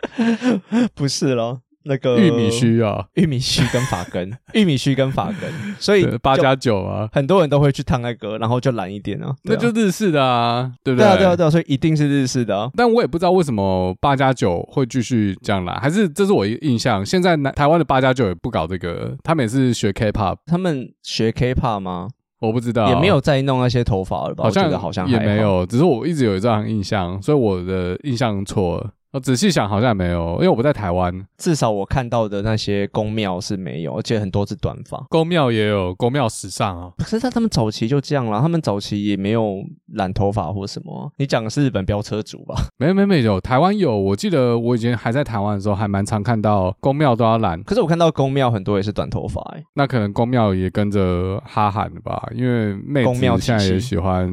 Speaker 2: 不是咯，那个
Speaker 1: 玉米、须啊，
Speaker 2: 玉米须跟发根， 玉米须跟发根，所以
Speaker 1: 对八
Speaker 2: 就
Speaker 1: 加九啊，
Speaker 2: 很多人都会去烫那个，然后就染一点啊，
Speaker 1: 那
Speaker 2: 对啊
Speaker 1: 就日式的啊，对不
Speaker 2: 对啊，
Speaker 1: 对
Speaker 2: 对啊，对啊，所以一定是日式的啊。
Speaker 1: 但我也不知道为什么八加九会继续这样来，还是这是我一个印象。现在南台湾的八加九也不搞这个，他们也是学 K-pop，
Speaker 2: 他们学 K-pop 吗？
Speaker 1: 我不知道
Speaker 2: 也没有，再弄那些头发了
Speaker 1: 好
Speaker 2: 吧？我觉
Speaker 1: 像
Speaker 2: 得好像
Speaker 1: 也
Speaker 2: 啊还好
Speaker 1: 没。有，只是我一直有这样的印象，所以我的印象错了。我仔细想好像也没有，因为我不在台 湾，
Speaker 2: 至少我看到的那些宫庙是没有，而且很多是短发。
Speaker 1: 宫庙也有宫庙时尚啊。
Speaker 2: 可是他他们早期就这样啦，他们早期也没有染头发或什么啊。你讲的是日本飙车族吧？
Speaker 1: 没没没有，台湾有，我记得我以前还在台湾的时候，还蛮常看到宫庙都要染，
Speaker 2: 可是我看到宫庙很多也是短头发、欸，
Speaker 1: 那可能宫庙也跟着哈韩了吧，因为妹
Speaker 2: 宫庙
Speaker 1: 子
Speaker 2: 体
Speaker 1: 现在也
Speaker 2: 系
Speaker 1: 喜欢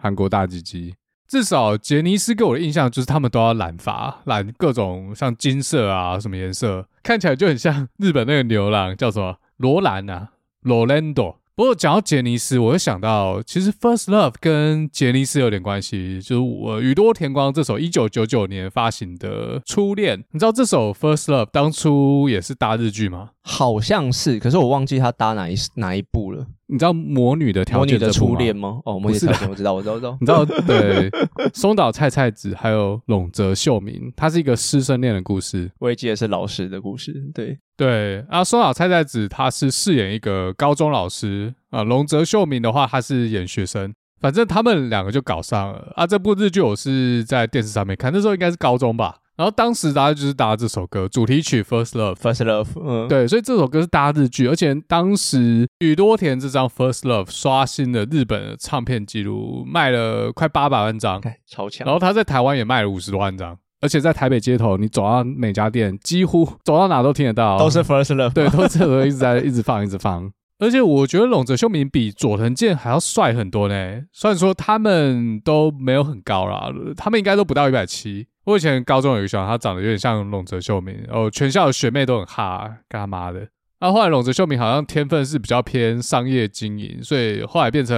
Speaker 1: 韩国大鸡鸡。至少杰尼斯给我的印象就是他们都要染发，染各种像金色啊什么颜色，看起来就很像日本那个牛郎叫什么罗兰啊 r o l a n d o 不过讲到杰尼斯，我就想到其实 First Love 跟杰尼斯有点关系，就是我宇多田光这首一九九九年发行的《初恋》，你知道这首 First Love 当初也是搭日剧吗？
Speaker 2: 好像是，可是我忘记他搭哪一哪一部了。
Speaker 1: 你知道魔女的条
Speaker 2: 魔
Speaker 1: 件
Speaker 2: 女的
Speaker 1: 这部
Speaker 2: 初
Speaker 1: 吗
Speaker 2: 恋吗？哦，魔
Speaker 1: 不
Speaker 2: 女
Speaker 1: 是
Speaker 2: 的
Speaker 1: 的
Speaker 2: 条件我知道，我知道，我知道。
Speaker 1: 你知 道，对，松岛菜菜子还有龙泽秀明，它是一个师生恋的故事。
Speaker 2: 我也记得是老师的故事，对，
Speaker 1: 对啊，松岛菜菜子她是饰演一个高中老师啊，龙泽秀明的话他是演学生。反正他们两个就搞上了啊！这部日剧我是在电视上面看，那时候应该是高中吧。然后当时大家就是搭这首歌主题曲《First Love》。
Speaker 2: First Love，嗯，，
Speaker 1: 对，所以这首歌是搭日剧，而且当时宇多田这张《First Love》刷新了日本的唱片记录，卖了快八百万张，
Speaker 2: 看超强。
Speaker 1: 然后他在台湾也卖了五十多万张，而且在台北街头，你走到每家店，几乎走到哪都听得到，
Speaker 2: 都是 First Love，
Speaker 1: 对，都是这个一直在一直放一直放。而且我觉得龙泽秀明比佐藤健还要帅很多呢。虽然说他们都没有很高啦，他们应该都不到一百七。我以前高中有一个学长，他长得有点像龙泽秀明，哦，全校的学妹都很哈，干他妈的。那、后来龙泽秀明好像天分是比较偏商业经营，所以后来变成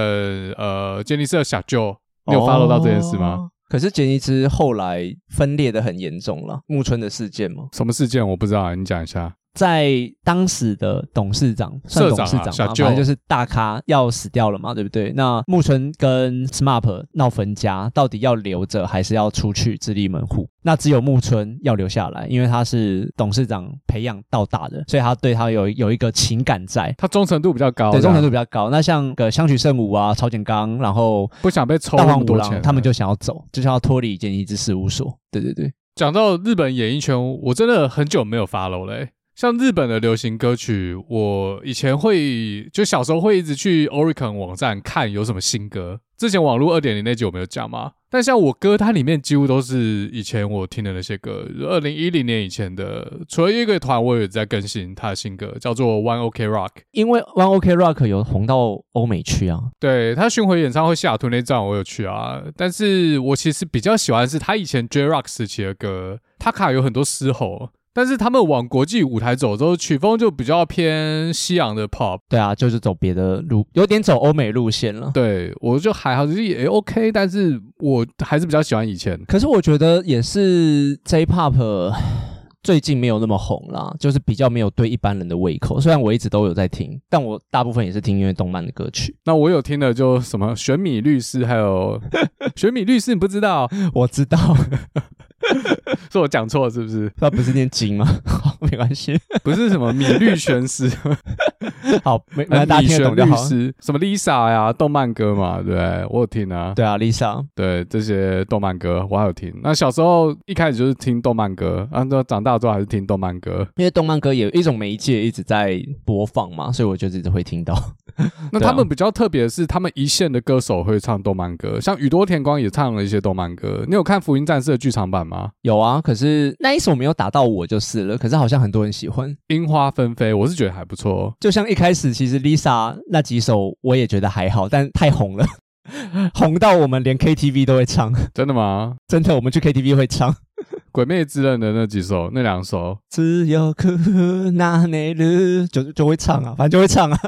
Speaker 1: 呃健力社小舅。你有 follow 到这件事吗？
Speaker 2: 哦？可是杰尼斯后来分裂的很严重了，木村的事件嘛，
Speaker 1: 什么事件我不知道、啊你讲一下。
Speaker 2: 在当时的董事长、算
Speaker 1: 社长啊
Speaker 2: 董事长
Speaker 1: 小
Speaker 2: 嘛，
Speaker 1: 舅
Speaker 2: 反正就是大咖要死掉了嘛，对不对？那木村跟 SMAP 闹分家，到底要留着还是要出去自立门户？那只有木村要留下来，因为他是董事长培养到大的，所以他对他有有一个情感在。
Speaker 1: 他忠诚度比较高，
Speaker 2: 对忠诚
Speaker 1: 度
Speaker 2: 度比较高，那像个香取慎吾啊、朝简刚，然后
Speaker 1: 不想被抽
Speaker 2: 大
Speaker 1: 那
Speaker 2: 黄
Speaker 1: 么
Speaker 2: 五
Speaker 1: 多
Speaker 2: 郎，
Speaker 1: 钱，啊
Speaker 2: 他们就想要走，就想要脱离杰尼斯事务所。对对对，
Speaker 1: 讲到日本演艺圈，我真的很久没有 follow 嘞、像日本的流行歌曲，我以前会就小时候会一直去 Oricon 网站看有什么新歌。之前网络二点零那集我没有讲嘛，但像我歌单里面几乎都是以前我听的那些歌，二零一零年以前的。除了一个团，我有在更新他的新歌，叫做 One OK Rock。
Speaker 2: 因为 One OK Rock 有红到欧美去啊，
Speaker 1: 对他巡回演唱会西雅图那站我有去啊，但是我其实比较喜欢的是他以前 J Rock 时期的歌，他卡有很多嘶吼，但是他们往国际舞台走之后，曲风就比较偏西洋的 pop。
Speaker 2: 对啊，就是走别的路，有点走欧美路线了。
Speaker 1: 对我就还好，就是也 OK，但是我还是比较喜欢以前。
Speaker 2: 可是我觉得也是 J-Pop 呃最近没有那么红啦，就是比较没有对一般人的胃口。虽然我一直都有在听，但我大部分也是听因为动漫的歌曲。
Speaker 1: 那我有听的就什么选米律师，还 有选米律师，你不知道，
Speaker 2: 我知道，
Speaker 1: 是我讲错了是不是？
Speaker 2: 那不是念经吗？ 好，没关系，
Speaker 1: 不是什么米律玄 师，呃
Speaker 2: 好，没没关系大家
Speaker 1: 米
Speaker 2: 听得
Speaker 1: 玄
Speaker 2: 懂就
Speaker 1: 律
Speaker 2: 好。
Speaker 1: 师，什么 Lisa 呀、动漫歌嘛，对不对？我有听啊。
Speaker 2: 对啊，Lisa，
Speaker 1: 对这些动漫歌，我还有听。那小时候一开始就是听动漫歌，然后长大之后还是听动漫歌。
Speaker 2: 因为动漫歌有一种媒介一直在播放嘛，所以我就一直会听到。
Speaker 1: 那
Speaker 2: 对啊
Speaker 1: 他们比较特别的是，他们一线的歌手会唱动漫歌，像宇多田光也唱了一些动漫歌。你有看《福音战士》的剧场版吗？
Speaker 2: 有啊，可是那一首没有打到我就是了。可是好像很多人喜欢，
Speaker 1: 樱花纷飞，我是觉得还不错。
Speaker 2: 就像一开始其实 Lisa 那几首我也觉得还好，但太红了， 红到我们连 KTV 都会唱，
Speaker 1: 真的吗？
Speaker 2: 真的，我们去 KTV 会唱。
Speaker 1: 《鬼灭之刃》的那几首，那两首，
Speaker 2: 只有哭那内日就就会唱啊，反正就会唱啊。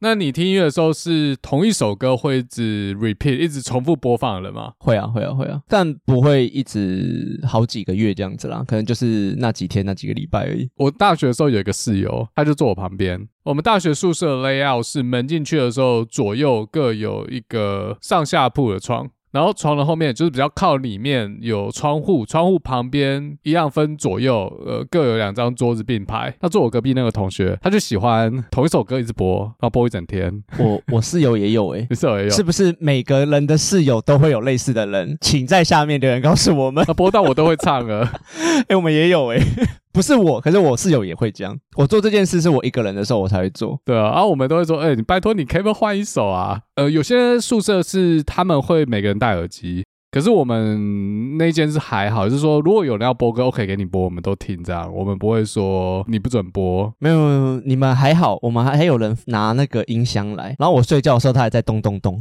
Speaker 1: 那你听音乐的时候是同一首歌会一直 repeat，一直重复播放的人吗？
Speaker 2: 会啊，会啊，会啊，但不会一直好几个月这样子啦，可能就是那几天、那几个礼拜而 已。
Speaker 1: 我大学的时候有一个室友，他就坐我旁边。我们大学宿舍的 layout 是门进去的时候，左右各有一个上下铺的床，然后床的后面就是比较靠里面有窗户，窗户旁边一样分左右，呃，各有两张桌子并排。那坐我隔壁那个同学，他就喜欢同一首歌一直播，然后播一整天。
Speaker 2: 我我室友也有诶、欸
Speaker 1: 你室友也有
Speaker 2: 是？不是每个人的室友都会有类似的人？请在下面留言告诉我们。
Speaker 1: 那播到我都会唱了。
Speaker 2: 哎、我们也有哎、 不是我，可是我室友也会这样。我做这件事是我一个人的时候我才会做。
Speaker 1: 对啊，然后我们都会说，哎、你拜托你可以不可以换一首啊？呃，有些宿舍是他们会每个人戴耳机，可是我们那间是还好，就是说如果有人要播歌，OK 给你播，我们都听这样，我们不会说你不准播。
Speaker 2: 没有，没有没有你们还好，我们还还有人拿那个音箱来，然后我睡觉的时候他还在咚咚咚，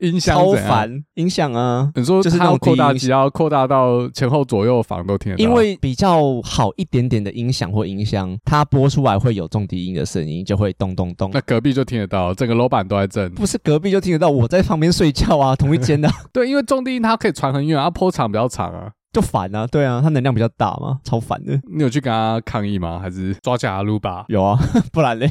Speaker 1: 音箱
Speaker 2: 超
Speaker 1: 怎样。
Speaker 2: 烦音响啊。
Speaker 1: 你说
Speaker 2: 就是
Speaker 1: 它
Speaker 2: 那
Speaker 1: 要
Speaker 2: 种
Speaker 1: 扩大
Speaker 2: 低音
Speaker 1: 机，要扩大到前后左右房都听得到。
Speaker 2: 因为比较好一点点的音响或音箱，它播出来会有重低音的声音，就会咚咚咚
Speaker 1: 那。隔壁就听得到，整个楼板都在震。
Speaker 2: 不是隔壁就听得到，我在旁边睡觉啊，同一间的、
Speaker 1: 对，因为重低音它可以传很远，它波长比较长啊。
Speaker 2: 就烦啊，对啊，它能量比较大嘛，超烦的。
Speaker 1: 你有去跟他抗议吗？还是抓起来撸吧？
Speaker 2: 有啊， 不然嘞，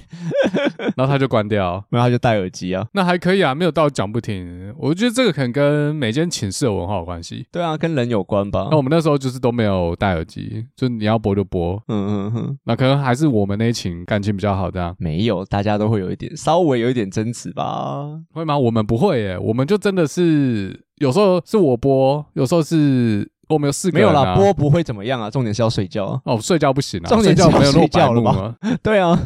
Speaker 1: 然后他就关掉。
Speaker 2: 然后他就戴耳机啊。
Speaker 1: 那还可以啊，没有到讲不停。我觉得这个可能跟每间寝室的文化有关系。
Speaker 2: 对啊，跟人有关吧
Speaker 1: 那。我们那时候就是都没有戴耳机，就你要播就播。
Speaker 2: 嗯嗯嗯，
Speaker 1: 那可能还是我们那一群感情比较好，这样
Speaker 2: 没有，大家都会有一点，稍微有一点争执吧。
Speaker 1: 会吗？我们不会耶，我们就真的是有时候是我播，有时候是我们有四个
Speaker 2: 没
Speaker 1: 人
Speaker 2: 有
Speaker 1: 啊、
Speaker 2: 啦，播不会怎么样啊，重点是要睡觉 啊。
Speaker 1: 哦，睡觉不行啊，
Speaker 2: 重点
Speaker 1: 睡觉没有那么
Speaker 2: 是要
Speaker 1: 白
Speaker 2: 睡觉了
Speaker 1: 目
Speaker 2: 吧
Speaker 1: 啊。
Speaker 2: 对啊，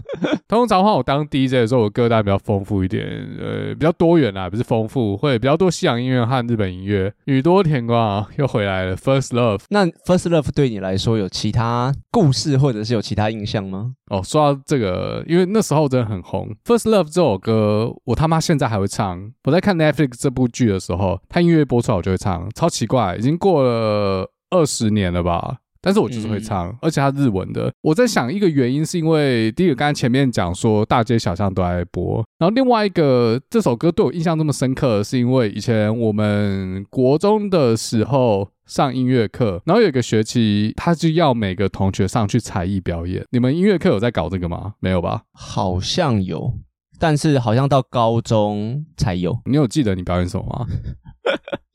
Speaker 1: 通常的话，我当 DJ 的时候，我歌单比较丰富一点，呃，比较多元啦，不是丰富，会比较多西洋音乐和日本音乐。宇多田光啊，又回来了，First Love。
Speaker 2: 那 First Love 对你来说有其他故事或者是有其他印象吗？
Speaker 1: 哦，说到这个，因为那时候真的很红，《First Love》这首歌，我他妈现在还会唱。我在看 Netflix 这部剧的时候，它音乐一播出来我就会唱，超奇怪，已经过了二十年了吧。但是我就是会唱，而且它日文的。我在想，一个原因是因为第一个，刚才前面讲说大街小巷都在播，然后另外一个这首歌对我印象这么深刻，是因为以前我们国中的时候上音乐课，然后有一个学期他就要每个同学上去才艺表演。你们音乐课有在搞这个吗？没有吧？
Speaker 2: 好像有，但是好像到高中才有
Speaker 1: 你有记得你表演什么吗？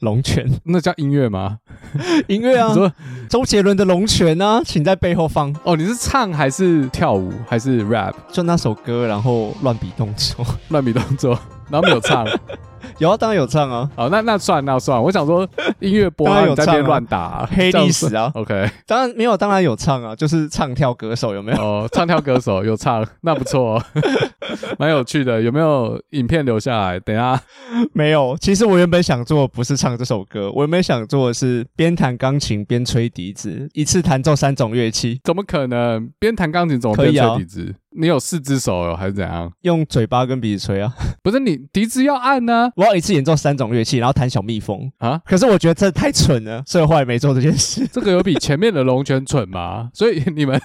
Speaker 2: 龙泉
Speaker 1: 那叫音乐吗？
Speaker 2: 音乐啊
Speaker 1: 你，说
Speaker 2: 周杰伦的龙泉啊，请在背后放，
Speaker 1: 哦，你是唱还是跳舞还是 rap
Speaker 2: 就那首歌，然后乱比动作。
Speaker 1: 乱比动作？然后没有唱，
Speaker 2: 有啊，当然有唱啊，
Speaker 1: 好，那那算那算，我想 说音乐播
Speaker 2: 当然
Speaker 1: 啊
Speaker 2: 有
Speaker 1: 你在那边
Speaker 2: 唱啊
Speaker 1: 乱打
Speaker 2: 黑历史啊
Speaker 1: OK，
Speaker 2: 当然没有，当然有唱啊，就是唱跳歌手有没有？
Speaker 1: 哦，唱跳歌手有唱，那不错、哦， 蛮有趣的。有没有影片留下来？等一下
Speaker 2: 没有。其实我原本想做的不是唱这首歌，我原本想做的是边弹钢琴边吹笛子，一次弹奏三种乐器，
Speaker 1: 怎么可能边弹钢琴怎么
Speaker 2: 可
Speaker 1: 边
Speaker 2: 以啊
Speaker 1: 吹笛子？你有四只手哦，还是怎样？
Speaker 2: 用嘴巴跟鼻子吹啊。
Speaker 1: 不是你笛子要按啊呢、
Speaker 2: 我要一次演奏三种乐器，然后弹小蜜蜂。
Speaker 1: 啊？
Speaker 2: 可是我觉得这太蠢了，所以我后来没做这件 事。
Speaker 1: 这个有比前面的龙泉蠢吗？ 所以你们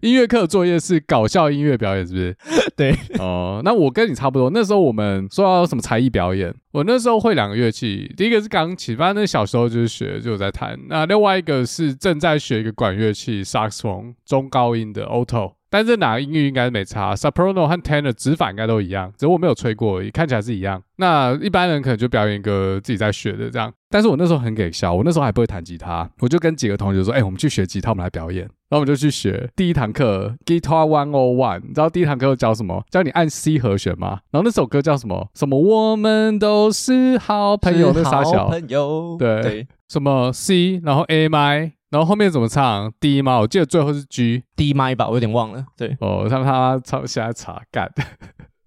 Speaker 1: 音乐课作业是搞笑音乐表演，是不是？
Speaker 2: 对，
Speaker 1: 哦，那我跟你差不多。那时候我们说要什么才艺表演，我那时候会两个乐器，第一个是钢琴，反正那小时候就是学就有在弹。那另外一个是正在学一个管乐器，萨克斯风，中高音的 alto。但是哪个音域应该没差，soprano 和 tenor 指法应该都一样，只是我没有吹过而已，看起来是一样。那一般人可能就表演一个自己在学的这样，但是我那时候很给笑，我那时候还不会弹吉他，我就跟几个同学说，哎、我们去学吉他，我们来表演。然后我们就去学第一堂课 Guitar One O One，你知道第一堂课教什么？教你按 C 和弦吗？然后那首歌叫什么？什么我们都是好朋友，那傻小，
Speaker 2: 朋友，
Speaker 1: 对什么 C，然后 A m i 然后后面怎么唱 D 吗？我记得最后是 G。
Speaker 2: 低麦吧，我有点忘了。对，
Speaker 1: 哦，他他超现在查干，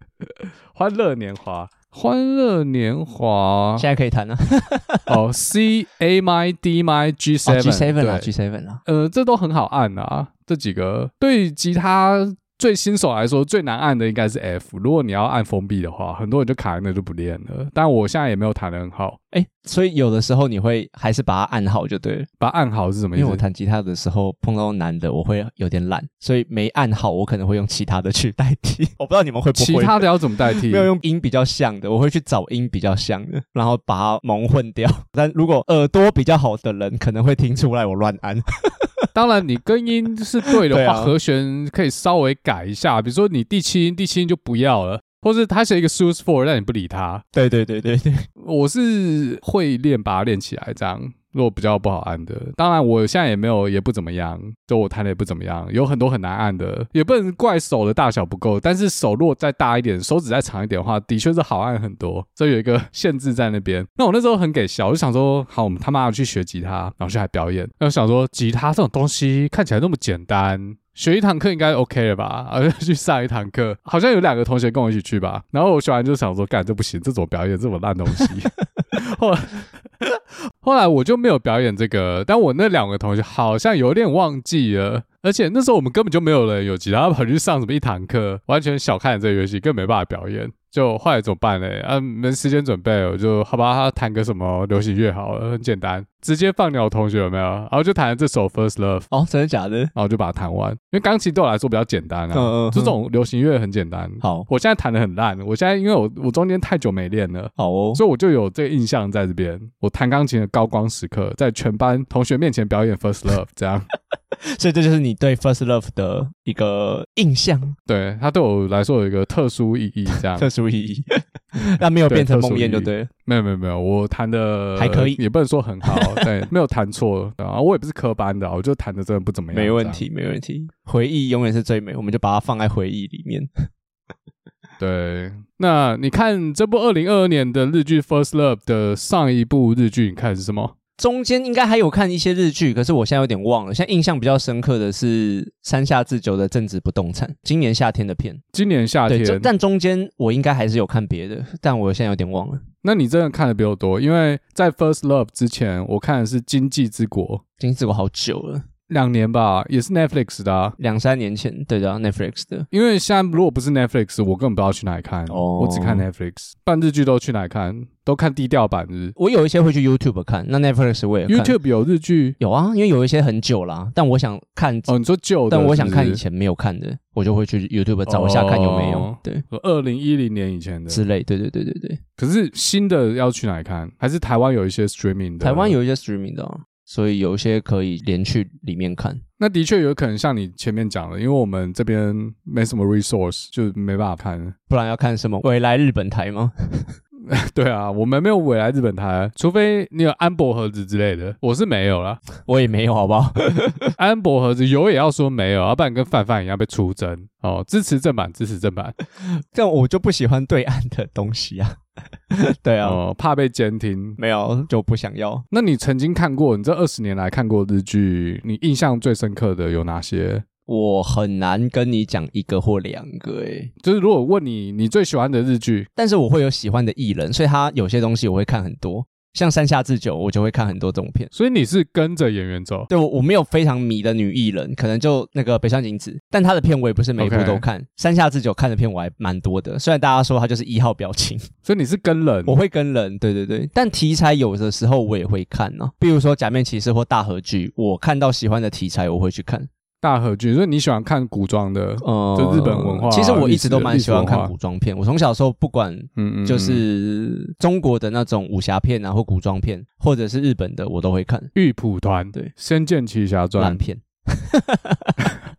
Speaker 1: 欢乐年华，欢乐年华
Speaker 2: 现，在可以弹了、啊。
Speaker 1: 哦，C A m i D m i G seven、
Speaker 2: G seven 啊
Speaker 1: 对
Speaker 2: ，G seven 啊，
Speaker 1: 呃，这都很好按啊，这几个对吉他。最新手来说，最难按的应该是 F。如果你要按封闭的话，很多人就卡在那就不练了。但我现在也没有弹得很好，
Speaker 2: 哎、所以有的时候你会还是把它按好就对了。
Speaker 1: 把它按好是什么意
Speaker 2: 因为我
Speaker 1: 思？
Speaker 2: 弹吉他的时候碰到难的，我会有点懒，所以没按好，我可能会用其他的去代替。 我不知道你们会不会
Speaker 1: 其他的要怎么代替？
Speaker 2: 没有用音比较像的，我会去找音比较像的，然后把它蒙混掉。 但如果耳朵比较好的人，可能会听出来我乱按。
Speaker 1: 当然，你根音是对的
Speaker 2: 对
Speaker 1: 话，
Speaker 2: 啊
Speaker 1: 和弦可以稍微改一下，比如说你第七音，第七音就不要了，或是他写一个 s u s e for，但你不理他。
Speaker 2: 对对对对对，
Speaker 1: 我是会练把它练起来，这样如果比较不好按的，当然我现在也没有也不怎么样，就我弹的也不怎么样，有很多很难按的，也不能怪手的大小不够，但是手如果再大一点，手指再长一点的话，的确是好按很多，这有一个限制在那边。那我那时候很给小，我就想说，好，我们他妈的去学吉他，然后去还表演，那我想说吉他这种东西看起来那么简单，学一堂课应该 OK 了吧？ 然后就去上一堂课，好像有两个同学跟我一起去吧。然后我学完就想说，干这不行，这怎么表演这么烂东西？后来后来我就没有表演这个，但我那两个同学好像有点忘记了。而且那时候我们根本就没有人有吉他，跑去上什么一堂课，完全小看了这个游戏，根本没办法表演。就后来怎么办呢？啊，没时间准备，我就好吧，弹个什么流行乐好了，很简单，直接放鸟同学有没有？然后就弹了这首《First Love》。
Speaker 2: 哦，真的假的？
Speaker 1: 然后就把它弹完。因为钢琴对我来说比较简单啊，
Speaker 2: 嗯嗯嗯
Speaker 1: 这种流行乐很简单。
Speaker 2: 好
Speaker 1: 我现在弹的很烂，我现在因为我我中间太久没练了。
Speaker 2: 好哦，
Speaker 1: 所以我就有这个印象在这边，我弹钢琴的高光时刻，在全班同学面前表演《First Love》，这样，
Speaker 2: 所以这就是你对 First Love 的一个印象，
Speaker 1: 对它对我来说有一个特殊意义，这样。
Speaker 2: 特殊意 义。 但没有变成梦魇就对了。
Speaker 1: 没有没有没有，我弹的
Speaker 2: 还可以
Speaker 1: 也不能说很好，对，没有弹错啊，我也不是科班的啊，我就弹的真的不怎么样，
Speaker 2: 没问
Speaker 1: 这样
Speaker 2: 题，没问题。回忆永远是最美，我们就把它放在回忆里面。
Speaker 1: 对，那你看这部二零二二年的日剧《First Love》的上一部日剧，你看是什么？
Speaker 2: 中间应该还有看一些日剧，可是我现在有点忘了。现在印象比较深刻的是山下智久的《政治不动产》，今年夏天的片。
Speaker 1: 今年夏
Speaker 2: 对，就
Speaker 1: 天，
Speaker 2: 但中间我应该还是有看别的，但我现在有点忘了。
Speaker 1: 那你真的看的比我多，因为在 First Love 之前，我看的是《经济之国》，
Speaker 2: 经济之国好久了，
Speaker 1: 两年吧，也是 Netflix 的、啊。
Speaker 2: 两三年前，对的、啊、，Netflix 的。
Speaker 1: 因为现在如果不是 Netflix，我根本不知道去哪里看，
Speaker 2: 哦
Speaker 1: 我只看 Netflix，半日剧都去哪里看，都看低调版日。
Speaker 2: 我有一些会去 YouTube 看，那 Netflix 我也看
Speaker 1: YouTube 有日剧
Speaker 2: 有啊，因为有一些很久啦，但我想看，
Speaker 1: 哦，你说旧的，
Speaker 2: 但我想看以
Speaker 1: 前
Speaker 2: 前没有看的，我就会去 YouTube 找一下看有没有，
Speaker 1: 哦啊
Speaker 2: 对
Speaker 1: 二零一零年以前的，
Speaker 2: 之类，对对对对对。
Speaker 1: 可是新的要去哪里看？还是台湾有一些 streaming 的？
Speaker 2: 台湾。有一些 streaming 的、啊，所以有一些可以连去里面看。
Speaker 1: 那的确有可能像你前面讲的，因为我们这边没什么 resource，就没办法看。
Speaker 2: 不然要看什么？未来日本台 吗？
Speaker 1: 对啊，我们没有未来日本台，除非你有安博盒子之类的，我是没有啦。
Speaker 2: 我也没有，好不好？
Speaker 1: 安博盒子有也要说没有，要不然跟范范一样被出征哦。支持正版，支持正版，
Speaker 2: 但我就不喜欢对岸的东西啊。 对啊，
Speaker 1: 哦，怕被监听。
Speaker 2: 没有就不想要。
Speaker 1: 那你曾经看过，你这二十年来看过日剧，你印象最深刻的有哪些？
Speaker 2: 我很难跟你讲一个或两个诶、
Speaker 1: 就是如果问你你最喜欢的日剧，
Speaker 2: 但是我会有喜欢的艺人，所以他有些东西我会看很多，像山下智久，我就会看很多这种片。
Speaker 1: 所以你是跟着演员走。
Speaker 2: 对我我没有非常迷的女艺人，可能就那个北山景子，但她的片我也不是每一部
Speaker 1: OK
Speaker 2: 都看。山下智久看的片我还蛮多的，虽然大家说她就是一号表情，
Speaker 1: 所以你是跟人
Speaker 2: 我会跟人，对对对，但题材有的时候我也会看呢、比如说假面骑士或大和剧，我看到喜欢的题材我会去看。
Speaker 1: 大和剧，所以你喜欢看古装的，
Speaker 2: 呃，
Speaker 1: 就日本文化
Speaker 2: 其实我
Speaker 1: 历
Speaker 2: 一
Speaker 1: 史
Speaker 2: 直都蛮喜欢
Speaker 1: 历史文
Speaker 2: 看
Speaker 1: 化啊
Speaker 2: 古装片，我从小时候不管
Speaker 1: 嗯嗯，
Speaker 2: 就
Speaker 1: 嗯
Speaker 2: 是中国的那种武侠片啊，或古装片，或者是日本的，我都会看。
Speaker 1: 玉蒲团，
Speaker 2: 对
Speaker 1: 《仙剑奇侠传
Speaker 2: 烂》，片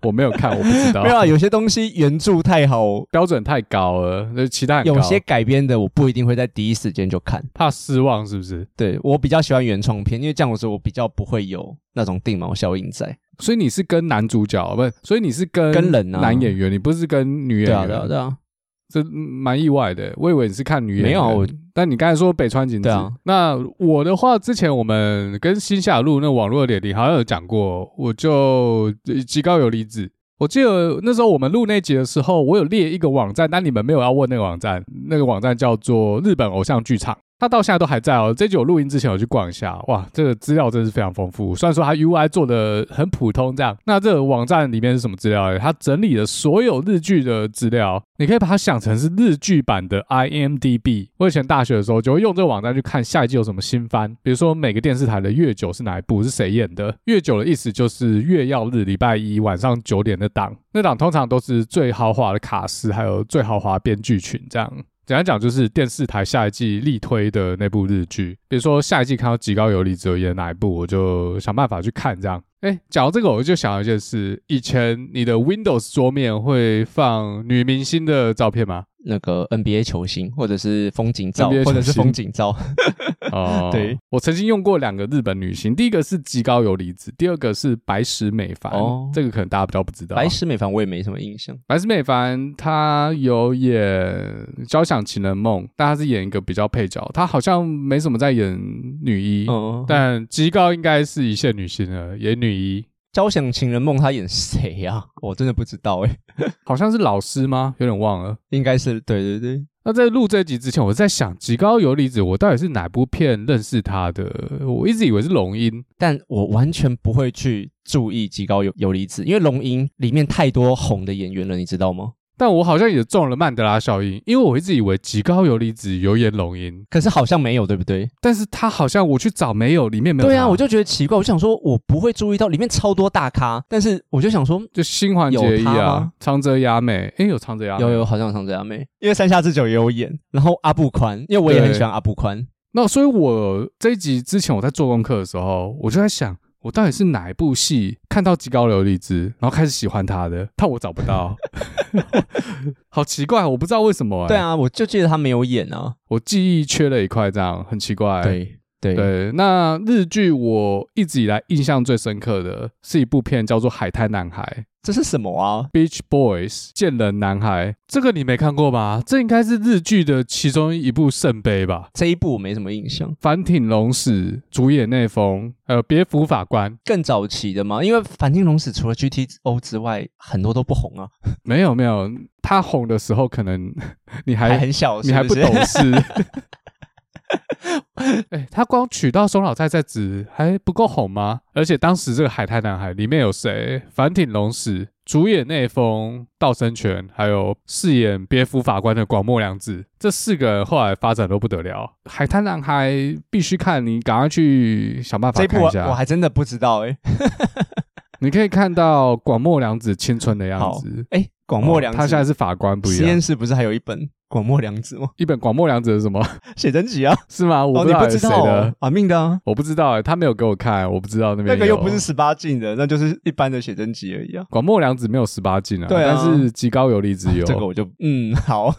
Speaker 1: 我没有看，我不知道
Speaker 2: 没，有啊，有些东西原著太好，
Speaker 1: 标准太高了，那期待很高
Speaker 2: 有些改编的我不一定会在第一时间就看。
Speaker 1: 怕失望是不是？
Speaker 2: 对我比较喜欢原创片，因为这样我说我比较不会有那种定锚效应在。
Speaker 1: 所以你是跟男主角，不是？所以你是跟
Speaker 2: 跟人啊
Speaker 1: 男演员，你不是跟女演
Speaker 2: 对
Speaker 1: 员，
Speaker 2: 啊，对啊，对啊，
Speaker 1: 这嗯蛮意外的。我以为你是看女演员，
Speaker 2: 没有啊我。
Speaker 1: 但你刚才说北川景子，
Speaker 2: 对啊
Speaker 1: 那我的话，之前我们跟新下路那网络的点你好像有讲过，我就呃极高有离子。我记得那时候我们录那集的时候，我有列一个网站，但你们没有要问那个网站，那个网站叫做日本偶像剧场。它到现在都还在哦。这集我录音之前我去逛一下，哇，这个资料真是非常丰富。虽然说它 UI 做的很普通这样，那这个网站里面是什么资料呢？它整理了所有日剧的资料，你可以把它想成是日剧版的 IMDB。我以前大学的时候就会用这个网站去看下一季有什么新番，比如说每个电视台的月九是哪一部，是谁演的。月九的意思就是月曜日礼拜一晚上九点的档，那档通常都是最豪华的卡司，还有最豪华的编剧群这样。简单讲就是电视台下一季力推的那部日剧，比如说下一季看到极高游离只有演哪一部，我就想办法去看这样。哎，讲到这个，我就想到一件事：以前你的 Windows 桌面会放女明星的照片吗？
Speaker 2: 那个 NBA 球星，或者是风景照
Speaker 1: NBA，
Speaker 2: 或者是
Speaker 1: 球星
Speaker 2: 风景照，
Speaker 1: 哦
Speaker 2: 对，
Speaker 1: 我曾经用过两个日本女星，第一个是极高游离子，第二个是白石美帆。
Speaker 2: 哦
Speaker 1: 这个可能大家比较不知道。啊
Speaker 2: 白石美帆我也没什么印象。
Speaker 1: 白石美帆她有演《交响情人梦》，但她是演一个比较配角，她好像没什么在演女一。
Speaker 2: 嗯，但《
Speaker 1: 但极高应该是一线女星了，演女一，
Speaker 2: 交响情人梦》他演谁呀、我真的不知道哎、
Speaker 1: 好像是老师吗？有点忘了。
Speaker 2: 应该是对对对，
Speaker 1: 那在录这集之前，我在想极高游离子，我到底是哪部片认识她的？我一直以为是龙樱，
Speaker 2: 但我完全不会去注意极高游游离子，因为龙樱里面太多红的演员了，你知道吗？
Speaker 1: 但我好像也中了曼德拉效应，因为我一直以为极高游离子有演龙樱，
Speaker 2: 可是好像没有，对不对？
Speaker 1: 但是她好像我去找没有，里面没有她。
Speaker 2: 对啊，我就觉得奇怪，我就想说我不会注意到里面超多大咖，但是我就想说
Speaker 1: 就新环
Speaker 2: 有
Speaker 1: 结衣
Speaker 2: 她
Speaker 1: 啊
Speaker 2: 吗，
Speaker 1: 长泽雅美，诶，有长泽雅美，
Speaker 2: 有有，好像有上这样妹，因为山下智久也有演，然后阿布宽，因为我也很喜欢阿布宽，
Speaker 1: 那所以，我这一集之前我在做功课的时候，我就在想，我到底是哪一部戏看到极高流离子，然后开始喜欢他的？但我找不 到，好奇怪，我不知道为什么、欸。
Speaker 2: 对，啊，我就记得他没有演啊，
Speaker 1: 我记忆缺了一块，这样很奇怪、
Speaker 2: 对对
Speaker 1: 对，那日剧我一直以来印象最深刻的是一部片叫做《海滩男孩》。
Speaker 2: 这是什么啊？
Speaker 1: Beach Boys 见人男孩，这个你没看过吧？这应该是日剧的其中一部圣杯吧。
Speaker 2: 这一部我没什么印象。
Speaker 1: 反町隆史、主演内丰，还有别府法官，
Speaker 2: 更早期的嘛，因为反町隆史除了 GTO 之外，很多都不红啊，
Speaker 1: 没有没有，他红的时候可能 你还
Speaker 2: 还很小，
Speaker 1: 你还
Speaker 2: 是
Speaker 1: 不
Speaker 2: 是
Speaker 1: 懂事。哎、他光娶到松老菜菜子还不够红吗？而且当时这个海苔男孩里面有谁？反町隆史、主演内丰、道生泉，还有饰演别府法官的广末凉子，这四个人后来发展都不得了。海滩男孩必须看，你赶快去想办
Speaker 2: 这
Speaker 1: 法
Speaker 2: 一部
Speaker 1: 看
Speaker 2: 我
Speaker 1: 一
Speaker 2: 我
Speaker 1: 下。
Speaker 2: 还真的不知道哎、
Speaker 1: 你可以看到广末凉子青春的样
Speaker 2: 好
Speaker 1: 子。
Speaker 2: 哎，广末凉
Speaker 1: 哦
Speaker 2: 子，
Speaker 1: 他现在是法官，不一
Speaker 2: 实
Speaker 1: 样
Speaker 2: 验。室不是还有一本广末凉子吗？
Speaker 1: 一本广末凉子是什么？
Speaker 2: 写真集啊？
Speaker 1: 是吗？我不
Speaker 2: 哦，你
Speaker 1: 道哎
Speaker 2: 知
Speaker 1: 是谁
Speaker 2: 道
Speaker 1: 的
Speaker 2: 哦。啊？命的啊，
Speaker 1: 我不知道哎、他没有给我看，我不知道那边
Speaker 2: 那个又不
Speaker 1: 有
Speaker 2: 是十八禁的，那就是一般的写真集而已啊。
Speaker 1: 广末凉子没有十八禁啊，
Speaker 2: 对啊
Speaker 1: 但是极高游离之有。
Speaker 2: 这个我就嗯好，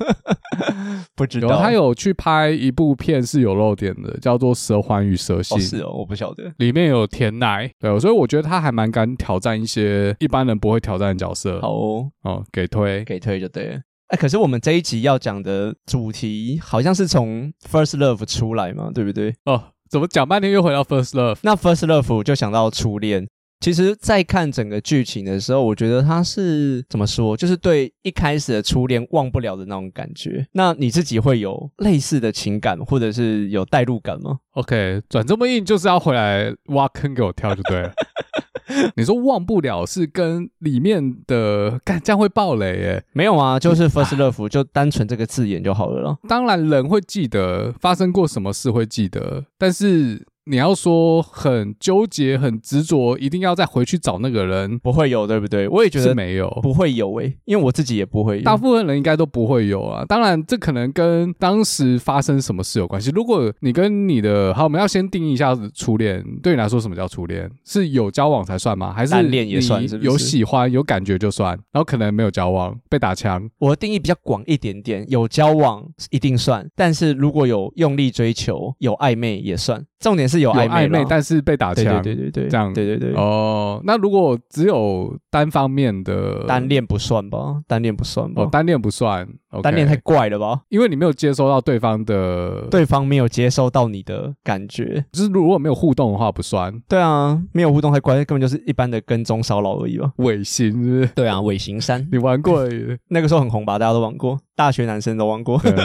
Speaker 2: 不知
Speaker 1: 有
Speaker 2: 道
Speaker 1: 他有去拍一部片是有露点的，叫做《蛇环与蛇信
Speaker 2: 哦》，是哦，我不晓得。
Speaker 1: 里面有田奶，对，所以我觉得他还蛮敢挑战一些一般人不会挑战的角色。
Speaker 2: 好哦，
Speaker 1: 哦，给推。
Speaker 2: 给推就对了。哎、可是我们这一集要讲的主题好像是从 first love 出来嘛，对不对？
Speaker 1: 哦，怎么讲半天又回到 First Love？
Speaker 2: 那 first love 我就想到初恋。其实，在看整个剧情的时候，我觉得它是怎么说，就是对一开始的初恋忘不了的那种感觉。那你自己会有类似的情感，或者是有代入感吗？
Speaker 1: OK，转这么硬就是要回来挖坑给我跳就对 了。你说忘不了是跟里面的，干这样会爆雷耶。
Speaker 2: 没有啊，就是 first love 就单纯这个字眼就好了啦。
Speaker 1: 当然人会记得发生过什么事会记得，但是你要说很纠结、很执着，一定要再回去找那个人，
Speaker 2: 不会有，对不对？我也觉
Speaker 1: 是
Speaker 2: 得
Speaker 1: 没有。
Speaker 2: 不会有诶、因为我自己也不会有。
Speaker 1: 大部分人应该都不会有啊，当然这可能跟当时发生什么事有关系。如果你跟你的好，我们要先定义一下初恋，对你来说什么叫初恋？是有交往才算吗？还是
Speaker 2: 单恋也算
Speaker 1: 你
Speaker 2: 是不是
Speaker 1: 有喜欢有感觉就算，然后可能没有交往被打枪，
Speaker 2: 我的定义比较广一点点，有交往一定算，但是如果有用力追求，有暧昧也算。重点是
Speaker 1: 有
Speaker 2: 有哦暧昧
Speaker 1: 暧
Speaker 2: 啦，
Speaker 1: 昧但是被打
Speaker 2: 对
Speaker 1: 枪，
Speaker 2: 对对对对，
Speaker 1: 这样
Speaker 2: 对对对，
Speaker 1: 哦，那如果只有单方面的
Speaker 2: 单恋不算吧，单恋不算吧，
Speaker 1: 哦，单恋不算，OK
Speaker 2: 单恋太怪了吧？
Speaker 1: 因为你没有接收到对方的，，
Speaker 2: 对方没有接收到你的感觉，
Speaker 1: 就是如果没有互动的话不算
Speaker 2: 对啊，没有互动太怪，根本就是一般的跟踪骚扰而已吧。
Speaker 1: 违心，是不是？
Speaker 2: 对啊，尾行山
Speaker 1: 你玩过而 已？
Speaker 2: 那个时候很红吧，大家都玩过，大学男生都玩过。
Speaker 1: 对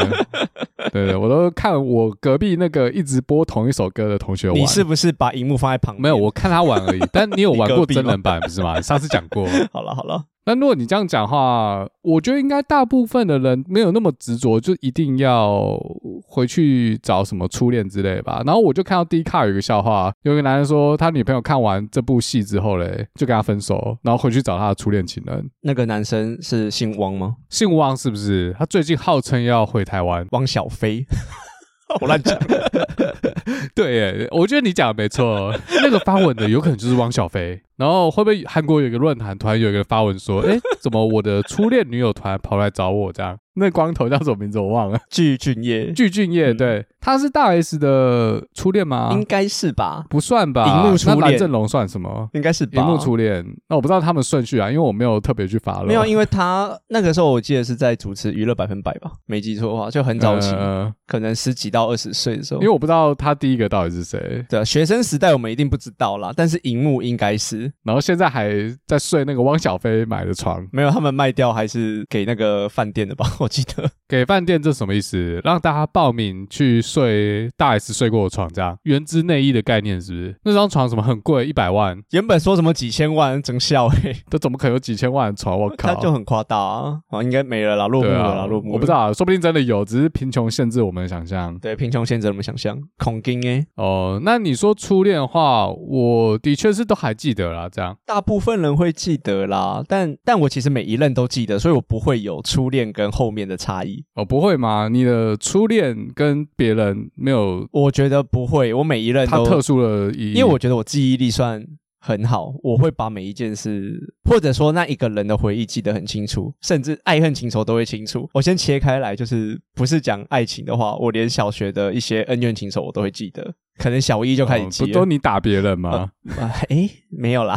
Speaker 1: 对对，我都看我隔壁那个一直播同一首歌的同学玩。
Speaker 2: 你是不是把荧幕放在旁边？
Speaker 1: 没有，我看他玩而已。但你有玩
Speaker 2: 你
Speaker 1: 过
Speaker 2: 隔壁吗
Speaker 1: 真人版不是吗？你上次讲过。
Speaker 2: 好了好了，
Speaker 1: 那如果你这样讲的话，我觉得应该大部分的人没有那么执着，就一定要回去找什么初恋之类吧。然后我就看到 D 卡有一个笑话，有一个男人说他女朋友看完这部戏之后嘞，就跟他分手，然后回去找他的初恋情人，
Speaker 2: 那个男生是姓汪吗？
Speaker 1: 姓汪是不是？他最近号称要回台湾。
Speaker 2: 汪小菲。 我乱讲，
Speaker 1: 对耶，我觉得你讲的没错，那个发文的有可能就是汪小菲。然后会不会韩国有一个论坛突然有一个发文说，哎，怎么我的初恋女友突然跑来找我这样？那光头叫什么名字我忘了。
Speaker 2: 具俊晔
Speaker 1: 具俊晔，
Speaker 2: 嗯
Speaker 1: 对，他是大 S 的初恋吗？
Speaker 2: 啊应该是吧？
Speaker 1: 不算吧。
Speaker 2: 荧幕初恋
Speaker 1: 那蓝正龙算什么？
Speaker 2: 应该是吧？
Speaker 1: 荧幕初恋？那我不知道他们顺序啊，因为我没有特别去发了。
Speaker 2: 没有，啊因为他那个时候我记得是在主持《娱乐百分百》吧，没记错的话，就很早期，
Speaker 1: 呃
Speaker 2: 可能十几到二十岁的时候。
Speaker 1: 因为我不知道他第一个到底是谁，
Speaker 2: 对啊学生时代我们一定不知道啦，但是荧幕应该是
Speaker 1: 然后现在还在睡那个汪小菲买的床。
Speaker 2: 没有，他们卖掉还是给那个饭店的吧？ 我记得
Speaker 1: 给饭店这什么意思？让大家报名去睡大 S 睡过的床，这样原汁内衣的概念是不是？那张床什么很贵，一百万，
Speaker 2: 原本说什么几千万，真笑诶、
Speaker 1: 这怎么可能有几千万的床？我靠！
Speaker 2: 他就很夸大啊，啊，应该没了啦，落幕
Speaker 1: 对
Speaker 2: 了啦，
Speaker 1: 啊，
Speaker 2: 落幕。
Speaker 1: 我不知，道啊，说不定真的有，只是贫穷限制我们的想象。
Speaker 2: 对，贫穷限制了我们想象，恐惊欸诶、
Speaker 1: 哦，那你说初恋的话，我的确是都还记得啦。这样，
Speaker 2: 大部分人会记得啦，但但我其实每一任都记得，所以我不会有初恋跟后面的差异。
Speaker 1: 哦，不会吗？你的初恋跟别人没有
Speaker 2: 我觉得不会，我每一任
Speaker 1: 它
Speaker 2: 都
Speaker 1: 特殊的意义，
Speaker 2: 因为我觉得我记忆力算很好，我会把每一件事，或者说那一个人的回忆记得很清楚，甚至爱恨情仇都会清楚。我先切开来，就是不是讲爱情的话，我连小学的一些恩怨情仇我都会记得，可能小一就开始
Speaker 1: 哦
Speaker 2: 记
Speaker 1: 不
Speaker 2: 了呃
Speaker 1: 都。你打别人吗？
Speaker 2: 啊，哎、没有啦，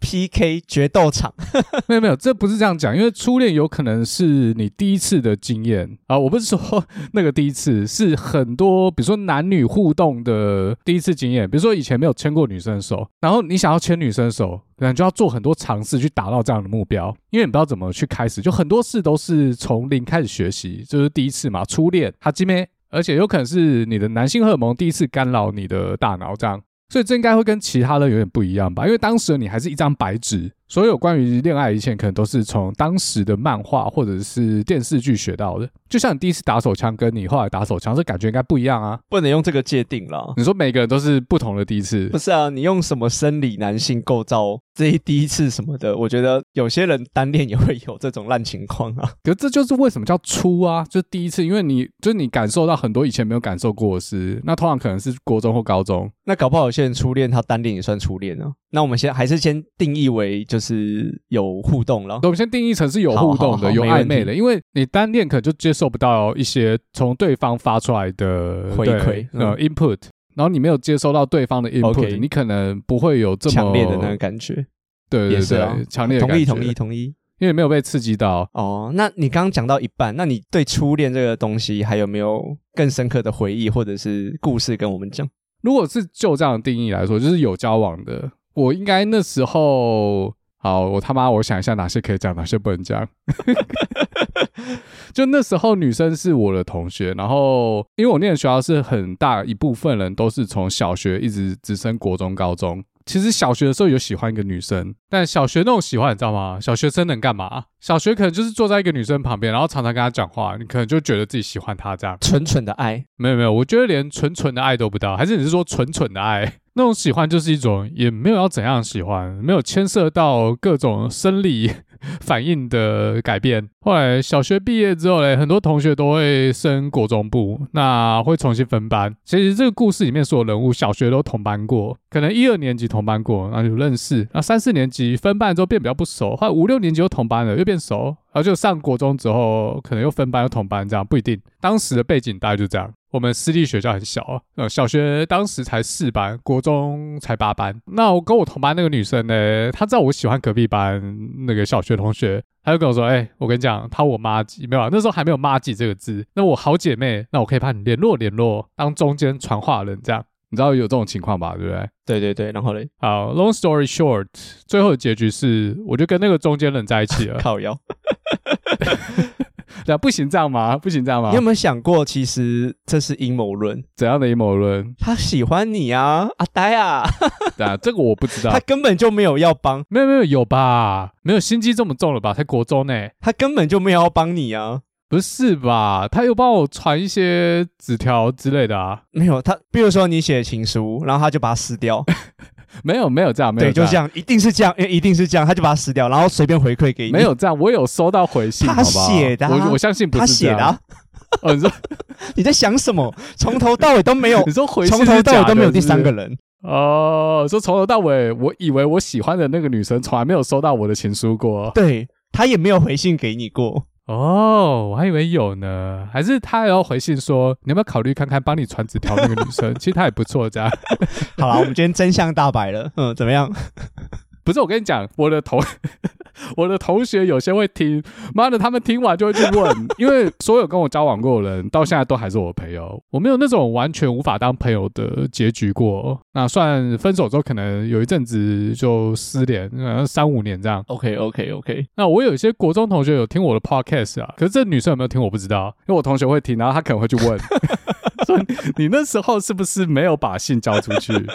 Speaker 2: PK 决斗场。
Speaker 1: 没有没有，这不是这样讲，因为初恋有可能是你第一次的经验啊。我不是说那个第一次，是很多比如说男女互动的第一次经验。比如说以前没有牵过女生的手，然后你想要牵女生的手，可能就要做很多尝试去达到这样的目标，因为你不知道怎么去开始，就很多事都是从零开始学习，就是第一次嘛，初恋，他今天。而且有可能是你的男性荷尔蒙第一次干扰你的大脑，这样所以这应该会跟其他的有点不一样吧？因为当时你还是一张白纸，所有关于恋爱一切可能都是从当时的漫画或者是电视剧学到的。就像你第一次打手枪，跟你后来打手枪，这感觉应该不一样啊！
Speaker 2: 不能用这个界定啦。
Speaker 1: 你说每个人都是不同的第一次
Speaker 2: 不，是啊，你用什么生理男性构造 这一第一次什么的，我觉得有些人单恋也会有这种烂情况啊。
Speaker 1: 可是这就是为什么叫初啊，就是第一次，因为你就是你感受到很多以前没有感受过的事，那通常可能是国中或高中。
Speaker 2: 那搞不好有些人初恋他单恋也算初恋啊。那我们先还是先定义为就是有互动了
Speaker 1: 那。我们先定义成是有
Speaker 2: 好
Speaker 1: 互动
Speaker 2: 好好
Speaker 1: 的、有
Speaker 2: 没
Speaker 1: 暧
Speaker 2: 问
Speaker 1: 昧
Speaker 2: 题
Speaker 1: 的，因为你单恋可能就接受不到一些从对方发出来的
Speaker 2: 回
Speaker 1: 对
Speaker 2: 馈嗯
Speaker 1: 呃 input，然后你没有接收到对方的 input，、
Speaker 2: OK
Speaker 1: 你可能不会有这么
Speaker 2: 强烈的那个感觉，
Speaker 1: 对
Speaker 2: 也
Speaker 1: 对
Speaker 2: 是
Speaker 1: 对
Speaker 2: 啊，
Speaker 1: 强烈的
Speaker 2: 同意
Speaker 1: 感
Speaker 2: 同
Speaker 1: 觉
Speaker 2: 意同意。
Speaker 1: 因为没有被刺激到。
Speaker 2: 哦，那你刚刚讲到一半，那你对初恋这个东西还有没有更深刻的回忆或者是故事跟我们讲？
Speaker 1: 如果是就这样的定义来说，就是有交往的，我应该那时候好，我他妈我想一下哪些可以讲，哪些不能讲。 就那时候，女生是我的同学，然后因为我念的学校是很大一部分人都是从小学一直直升国中、高中。其实小学的时候有喜欢一个女生，但小学那种喜欢，你知道吗？小学生能干嘛？小学可能就是坐在一个女生旁边，然后常常跟她讲话，你可能就觉得自己喜欢她这样。
Speaker 2: 纯纯的爱，
Speaker 1: 没有没有，我觉得连纯纯的爱都不到，还是你是说纯纯的爱？ 那种喜欢就是一种也没有要怎样喜欢，没有牵涉到各种生理反应的改变。后来小学毕业之后嘞，很多同学都会升国中部，那会重新分班。其实这个故事里面所有人物小学都同班过，可能一二年级同班过，然后就认识，然后三四年级分班之后变比较不熟，后来五六年级又同班了，又变熟，然后就上国中之后可能又分班又同班，这样不一定。当时的背景大概就这样。我们私立学校很小啊，呃，小学当时才四班，国中才八班。那我跟我同班那个女生呢，她知道我喜欢隔壁班那个小学同学，她就跟我说：“哎、我跟你讲，她我妈鸡没有、啊，那时候还没有妈鸡这个字。那我好姐妹，那我可以帮你联络联络，当中间传话人这样。你知道有这种情况吧？对不对？
Speaker 2: 对对对，然后嘞，
Speaker 1: 好，long story short，最后的结局是，我就跟那个中间人在一起了。
Speaker 2: 靠腰。
Speaker 1: 对啊，不行这样吗？不行这样吗
Speaker 2: 你有？没有想过，其实这是阴谋论？
Speaker 1: 怎样的阴谋论？
Speaker 2: 他喜欢你啊，阿呆啊，
Speaker 1: 对啊，这个我不知 道
Speaker 2: 他。根本就没有要帮，
Speaker 1: 没有没有有吧？没有心机这么重了吧？才国中呢、
Speaker 2: 他根本就没有要帮你啊，
Speaker 1: 不是吧？他有帮我传一些纸条之类的啊？
Speaker 2: 没有他，比如说你写情书，然后他就把它撕掉，
Speaker 1: 没有没有这样， 没有
Speaker 2: 对，就
Speaker 1: 这
Speaker 2: 这样，一定是这样， 因为一定是这样，他就把它撕掉，然后随便回馈给你，
Speaker 1: 没有这样，我有收到回信，
Speaker 2: 他
Speaker 1: 好不好
Speaker 2: 写的啊
Speaker 1: 我我相信不
Speaker 2: 他
Speaker 1: 是这
Speaker 2: 写
Speaker 1: 样
Speaker 2: 的、啊，
Speaker 1: 哦，你说
Speaker 2: 你在想什么？从头到尾都 没有
Speaker 1: 你，说 回信
Speaker 2: 从
Speaker 1: 是
Speaker 2: 头到
Speaker 1: 假
Speaker 2: 尾
Speaker 1: 的
Speaker 2: 都没有
Speaker 1: 是不
Speaker 2: 第
Speaker 1: 是
Speaker 2: 三个人，
Speaker 1: 哦，说从头到尾，我以为我喜欢的那个女生从来没有收到我的情书过。
Speaker 2: 对他也没有回信给你过，
Speaker 1: 哦，我还以为有呢，还是他要回信说你要不要考虑看看帮你传纸条那个女生， 其实她也不错，这样。
Speaker 2: 好了，我们今天真相大白了，嗯，怎么样？
Speaker 1: 不是我跟你讲，我的同 我的同学有些会听，妈的，他们听完就会去问， 因为所有跟我交往过的人到现在都还是我朋友，我没有那种完全无法当朋友的结局过。那算分手之后，可能有一阵子就失联，呃，三五年这样。
Speaker 2: OK OK OK，
Speaker 1: 那我有一些国中同学有听我的 podcast 啊，可是这女生有没有听我不知道，因为我同学会听，然后她可能会去问， 说你你那时候是不是没有把信交出去？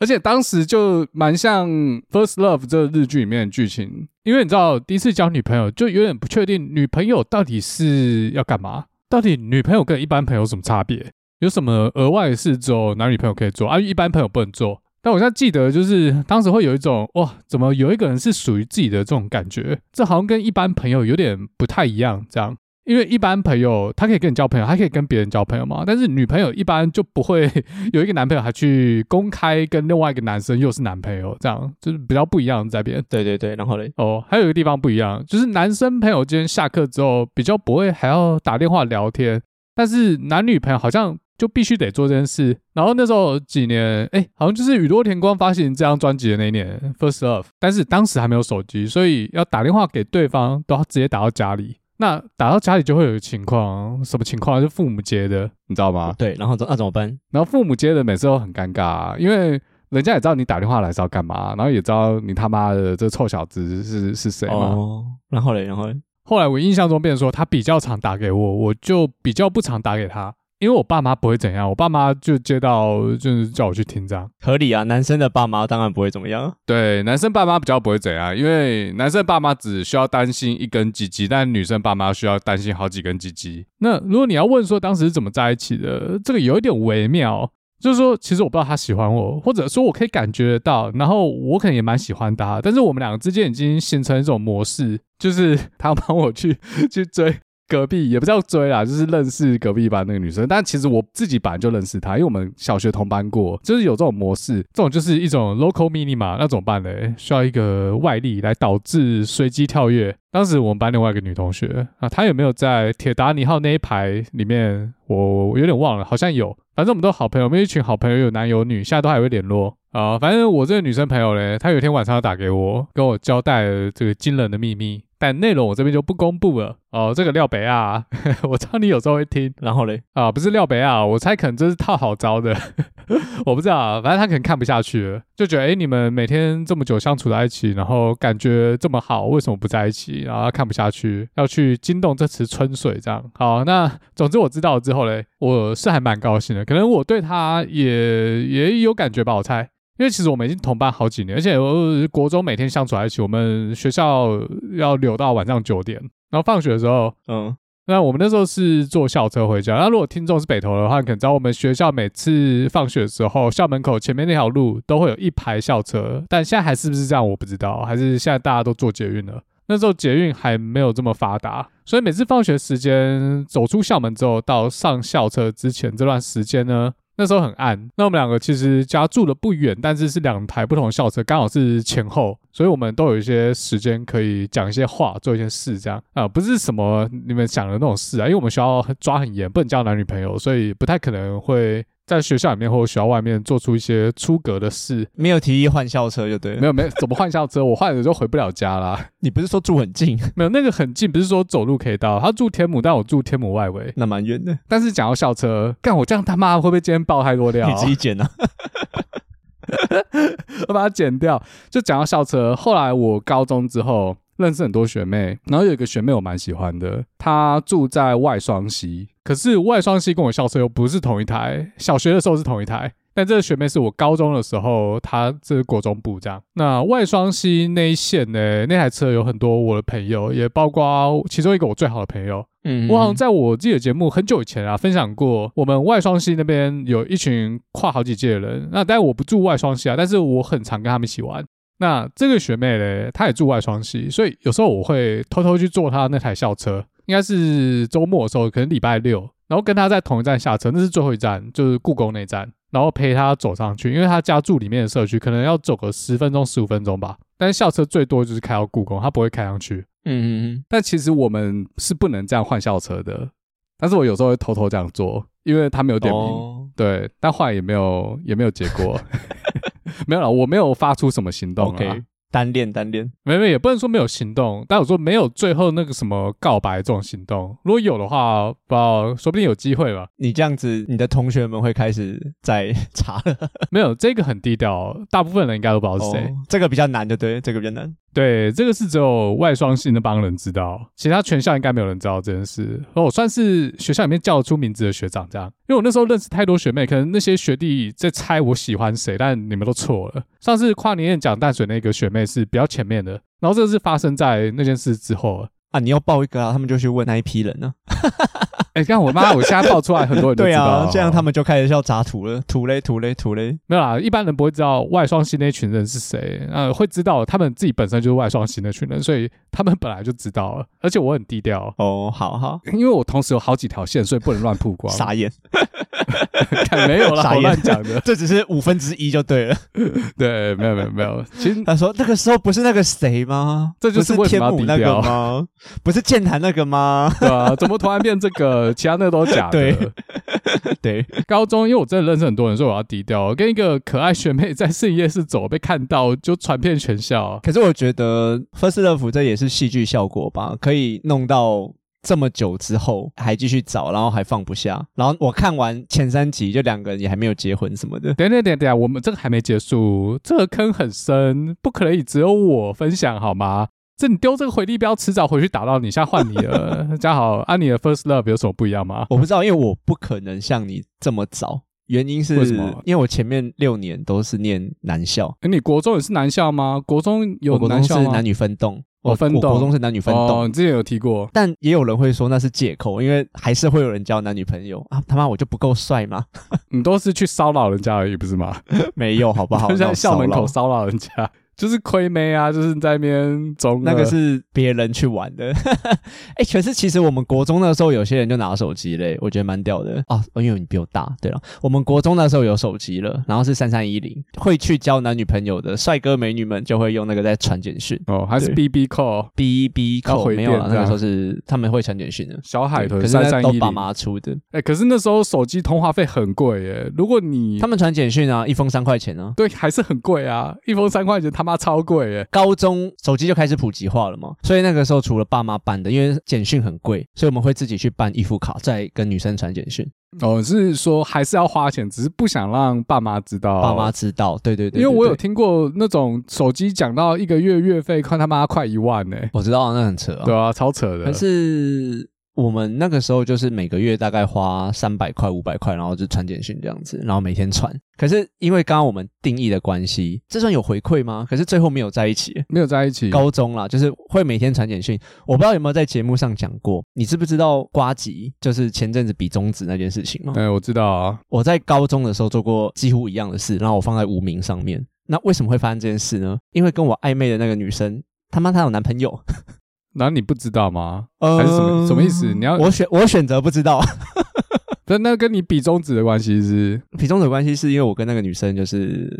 Speaker 1: 而且当时就蛮像《First Love》这个日剧里面的剧情，因为你知道第一次交女朋友就有点不确定女朋友到底是要干嘛，到底女朋友跟一般朋友有什么差别？有什么额外的事只有男女朋友可以做，啊，一般朋友不能做。但我现在记得，就是当时会有一种哇，怎么有一个人是属于自己的这种感觉？这好像跟一般朋友有点不太一样，这样。因为一般朋友他可以跟你交朋友，他可以跟别人交朋友嘛，但是女朋友一般就不会 有一个男朋友还去公开跟另外一个男生又是男朋友，这样就是比较不一样在边。
Speaker 2: 对对对，然后嘞，
Speaker 1: 哦，还有一个地方不一样，就是男生朋友今天下课之后比较不会还要打电话聊天，但是男女朋友好像就必须得做这件事。然后那时候几年，哎、好像就是宇多田光发行这张专辑的那一年，《First Love》，但是当时还没有手机，所以要打电话给对方都要直接打到家里。那打到家里就会有个情况，什么情况？就父母接的，你知道吗？
Speaker 2: 对，然后怎那怎么办？
Speaker 1: 然后父母接的每次都很尴尬、啊因为人家也知道你打电话来是要干嘛，然后也知道你他妈的这臭小子是是谁嘛。
Speaker 2: 哦，然后嘞，然后嘞，
Speaker 1: 后来我印象中变成说，他比较常打给我，我就比较不常打给他，因为我爸妈不会怎样，我爸妈就接到就是叫我去听这样。
Speaker 2: 合理啊，男生的爸妈当然不会怎么样。
Speaker 1: 对，男生爸妈比较不会怎样，因为男生爸妈只需要担心一根鸡鸡，但女生爸妈需要担心好几根鸡鸡。那如果你要问说当时是怎么在一起的，这个有一点微妙，就是说其实我不知道他喜欢我，或者说我可以感觉得到，然后我可能也蛮喜欢他，但是我们两个之间已经形成一种模式，就是他帮我去去追。隔壁也不叫追啦，就是认识隔壁班那个女生。但其实我自己本来就认识她，因为我们小学同班过，就是有这种模式。这种就是一种 local minima，那怎么办呢？需要一个外力来导致随机跳跃。当时我们班另外一个女同学啊，她有没有在铁达尼号那一排里面？我我有点忘了，好像有。反正我们都好朋友，我们一群好朋友，有男有女，现在都还会联络啊、反正我这个女生朋友嘞，她有一天晚上要打给我，跟我交代了这个惊人的秘密，但内容我这边就不公布了。哦，这个廖北啊， 我知道你有时候会听
Speaker 2: 然后嘞，
Speaker 1: 啊，不是廖北啊，我猜可能这是套好招的，我不知道啊，反正他可能看不下去了，就觉得哎，诶你们每天这么久相处在一起，然后感觉这么好，为什么不在一起？然后他看不下去，要去惊动这池春水这样。好，那总之我知道了之后嘞，我是还蛮高兴的，可能我对他也也有感觉吧，我猜。因为其实我们已经同班好几年，而且我国中每天相处在一起，我们学校要留到晚上九点，然后放学的时候
Speaker 2: 嗯，
Speaker 1: 那我们那时候是坐校车回家。那如果听众是北投的话，你可能知道我们学校每次放学的时候，校门口前面那条路都会有一排校车。但现在还是不是这样，我不知道。还是现在大家都坐捷运了？那时候捷运还没有这么发达，所以每次放学时间走出校门之后，到上校车之前这段时间呢，那时候很暗。那我们两个其实家住的不远，但是是两台不同的校车，刚好是前后，所以我们都有一些时间可以讲一些话，做一些事，这样啊、不是什么你们想的那种事啊，因为我们学校抓很严，不能交男女朋友，所以不太可能会在学校里面或学校外面做出一些出格的事。
Speaker 2: 没有提议换校车就对了。
Speaker 1: 没有没有，怎么换校车？我换了就回不了家啦。
Speaker 2: 你不是说住很近，
Speaker 1: 没有那个很近，不是说走路可以到。他住天母，但我住天母外围。
Speaker 2: 那蛮远的，
Speaker 1: 但是讲到校车，干我这样他妈会不会今天爆太多料？
Speaker 2: 你自己捡啊。
Speaker 1: 我把它剪掉。就讲到校车，后来我高中之后认识很多学妹，然后有一个学妹我蛮喜欢的，她住在外双溪，可是外双溪跟我校车又不是同一台，小学的时候是同一台。但这个学妹是我高中的时候，她这是国中部这样。那外双溪那一线呢，那台车有很多我的朋友，也包括其中一个我最好的朋友，
Speaker 2: 嗯
Speaker 1: 我好像在我自己的节目很久以前啊，分享过，我们外双溪那边有一群跨好几届的人。那但我不住外双溪啊，但是我很常跟他们一起玩。那这个学妹嘞，她也住外双溪，所以有时候我会偷偷去坐她那台校车，应该是周末的时候，可能礼拜六，然后跟她在同一站下车，那是最后一站，就是故宫那站，然后陪她走上去，因为她家住里面的社区，可能要走个十分钟、十五分钟吧。但是校车最多就是开到故宫，她不会开上去。
Speaker 2: 嗯嗯
Speaker 1: 但其实我们是不能这样换校车的，但是我有时候会偷偷这样做，因为他没有
Speaker 2: 嗯，
Speaker 1: 点名，
Speaker 2: 哦，
Speaker 1: 对，但后来也没有也没有结果， 没有了，我没有发出什么行动啊
Speaker 2: OK 单恋单恋，
Speaker 1: 没没也不能说没有行动，但我说没有最后那个什么告白这种行动，如果有的话，不知道说不定有机会吧，
Speaker 2: 你这样子，你的同学们会开始在查了。
Speaker 1: 没有这个很低调，大部分人应该都不知道是谁，
Speaker 2: 这个比较难，就对，这个比较难。
Speaker 1: 对，这个是只有外双系那帮人知道，其他全校应该没有人知道这件事。而我算是学校里面叫得出名字的学长，这样，因为我那时候认识太多学妹，可能那些学弟在猜我喜欢谁，但你们都错了。上次跨年夜讲淡水那个学妹是比较前面的，然后这个是发生在那件事之后了。
Speaker 2: 啊，你要报一个啊，他们就去问那一批人呢、
Speaker 1: 哎，看我妈，我现在爆出来很多人都
Speaker 2: 对
Speaker 1: 知道
Speaker 2: 啊
Speaker 1: 了，，
Speaker 2: 这样他们就开始要砸土了，土嘞土嘞土嘞。
Speaker 1: 没有啦，一般人不会知道外双系那群人是谁，呃，会知道他们自己本身就是外双系那群人，所以他们本来就知道了，而且我很低调。
Speaker 2: 哦，好好，
Speaker 1: 因为我同时有好几条线，所以不能乱曝光。
Speaker 2: 傻眼，
Speaker 1: 看没有啦，
Speaker 2: 傻
Speaker 1: 我
Speaker 2: 眼。
Speaker 1: 乱讲的
Speaker 2: 这只是五分之一就对了。
Speaker 1: 对，没有没有没有，其实
Speaker 2: 他说那个时候不是那个谁吗？
Speaker 1: 这就是
Speaker 2: 不
Speaker 1: 为
Speaker 2: 是
Speaker 1: 什么要
Speaker 2: 天母
Speaker 1: 低
Speaker 2: 那个
Speaker 1: 调
Speaker 2: 吗？不是剑潭那个吗？
Speaker 1: 对啊，怎么突然变这个？其他那都是假的。
Speaker 2: 对对，
Speaker 1: 高中，因为我真的认识很多人，所以我要低调。我跟一个可爱学妹在市营夜市走，被看到就传遍全校。
Speaker 2: 可是我觉得 First Love 这也是戏剧效果吧，可以弄到这么久之后还继续找，然后还放不下。然后我看完前三集，就两个人也还没有结婚什么的。
Speaker 1: 等一下等一下等一下，我们这个还没结束，这个坑很深，不可以只有我分享好吗？这你丢这个回力镖，迟早回去打到你。现在换你了， 嘉豪，按、啊你的 first love 有什么不一样吗？
Speaker 2: 我不知道，因为我不可能像你这么早。原因是
Speaker 1: 为什么
Speaker 2: 因为我前面六年都是念男校，
Speaker 1: 诶你国中也是男校吗？国中有
Speaker 2: 我国
Speaker 1: 男
Speaker 2: 中是
Speaker 1: 校吗？
Speaker 2: 男女分栋，
Speaker 1: 哦
Speaker 2: 我
Speaker 1: 分
Speaker 2: 我国
Speaker 1: 栋
Speaker 2: 中是男女分栋
Speaker 1: 哦，，你之前有提过。
Speaker 2: 但也有人会说那是借口，因为还是会有人交男女朋友啊！他妈我就不够帅吗？
Speaker 1: 你都是去骚扰人家而已，不是吗？
Speaker 2: 没有，好不好？
Speaker 1: 就
Speaker 2: 那
Speaker 1: 在
Speaker 2: 我
Speaker 1: 校门
Speaker 2: 骚
Speaker 1: 口
Speaker 2: 扰
Speaker 1: 骚扰人家， 就是亏妹啊，就是在那边中
Speaker 2: 那
Speaker 1: 二
Speaker 2: 个是别人去玩的。 哎、可是其实我们国中那时候有些人就拿手机嘞，我觉得蛮屌的啊。因为你比我大，对了，我们国中那时候有手机了，然后是三三一零，会去交男女朋友的帅哥美女们就会用那个在传简讯。
Speaker 1: 哦，还是
Speaker 2: 对
Speaker 1: BB 扣
Speaker 2: B B
Speaker 1: 要
Speaker 2: 扣
Speaker 1: 回
Speaker 2: 没有
Speaker 1: 电
Speaker 2: 了，
Speaker 1: 这
Speaker 2: 那个
Speaker 1: 样
Speaker 2: 时候是他们会传简讯的。
Speaker 1: 小海
Speaker 2: 对
Speaker 1: 豚
Speaker 2: 可是
Speaker 1: 三
Speaker 2: 那
Speaker 1: 三
Speaker 2: 都啊
Speaker 1: 一
Speaker 2: 爸
Speaker 1: 零。
Speaker 2: 妈出的，
Speaker 1: 哎，可是那时候手机通话费很贵耶，如果你
Speaker 2: 他们传简讯啊，一封三块钱啊。
Speaker 1: 对还是很贵啊，一封三块钱他妈超贵耶。
Speaker 2: 高中手机就开始普及化了嘛，所以那个时候除了爸妈办的，因为简讯很贵，所以我们会自己去办预付卡，再跟女生传简讯，
Speaker 1: 哦，是说还是要花钱，只是不想让爸妈知道。
Speaker 2: 爸妈。知道。对对对
Speaker 1: 因为我有
Speaker 2: 对对
Speaker 1: 听过那种手机讲到一个月月费快他妈快一万呢、
Speaker 2: 我知道那很扯啊，
Speaker 1: 对啊，超扯的
Speaker 2: 可。是我们那个时候就是每个月大概花三百块、五百块，然后就传简讯这样子，然后每天传。可是因为刚刚我们定义的关系，这算有回馈吗？可是最后没有在一起。
Speaker 1: 没有在一起，
Speaker 2: 高中啦，就是会每天传简讯。我不知道有没有在节目上讲过，你知不知道瓜吉就是前阵子比中指那件事情吗？
Speaker 1: 哎、我知道啊，
Speaker 2: 我在高中的时候做过几乎一样的事，然后我放在无名上面。那为什么会发生这件事呢？因为跟我暧昧的那个女生，他妈她有男朋友，
Speaker 1: 然后你不知道吗？
Speaker 2: 呃
Speaker 1: 还是什么什么意思你要
Speaker 2: 我选我选择不知道，
Speaker 1: 但那跟你比中指的关系是，
Speaker 2: 比中指关系是因为我跟那个女生就是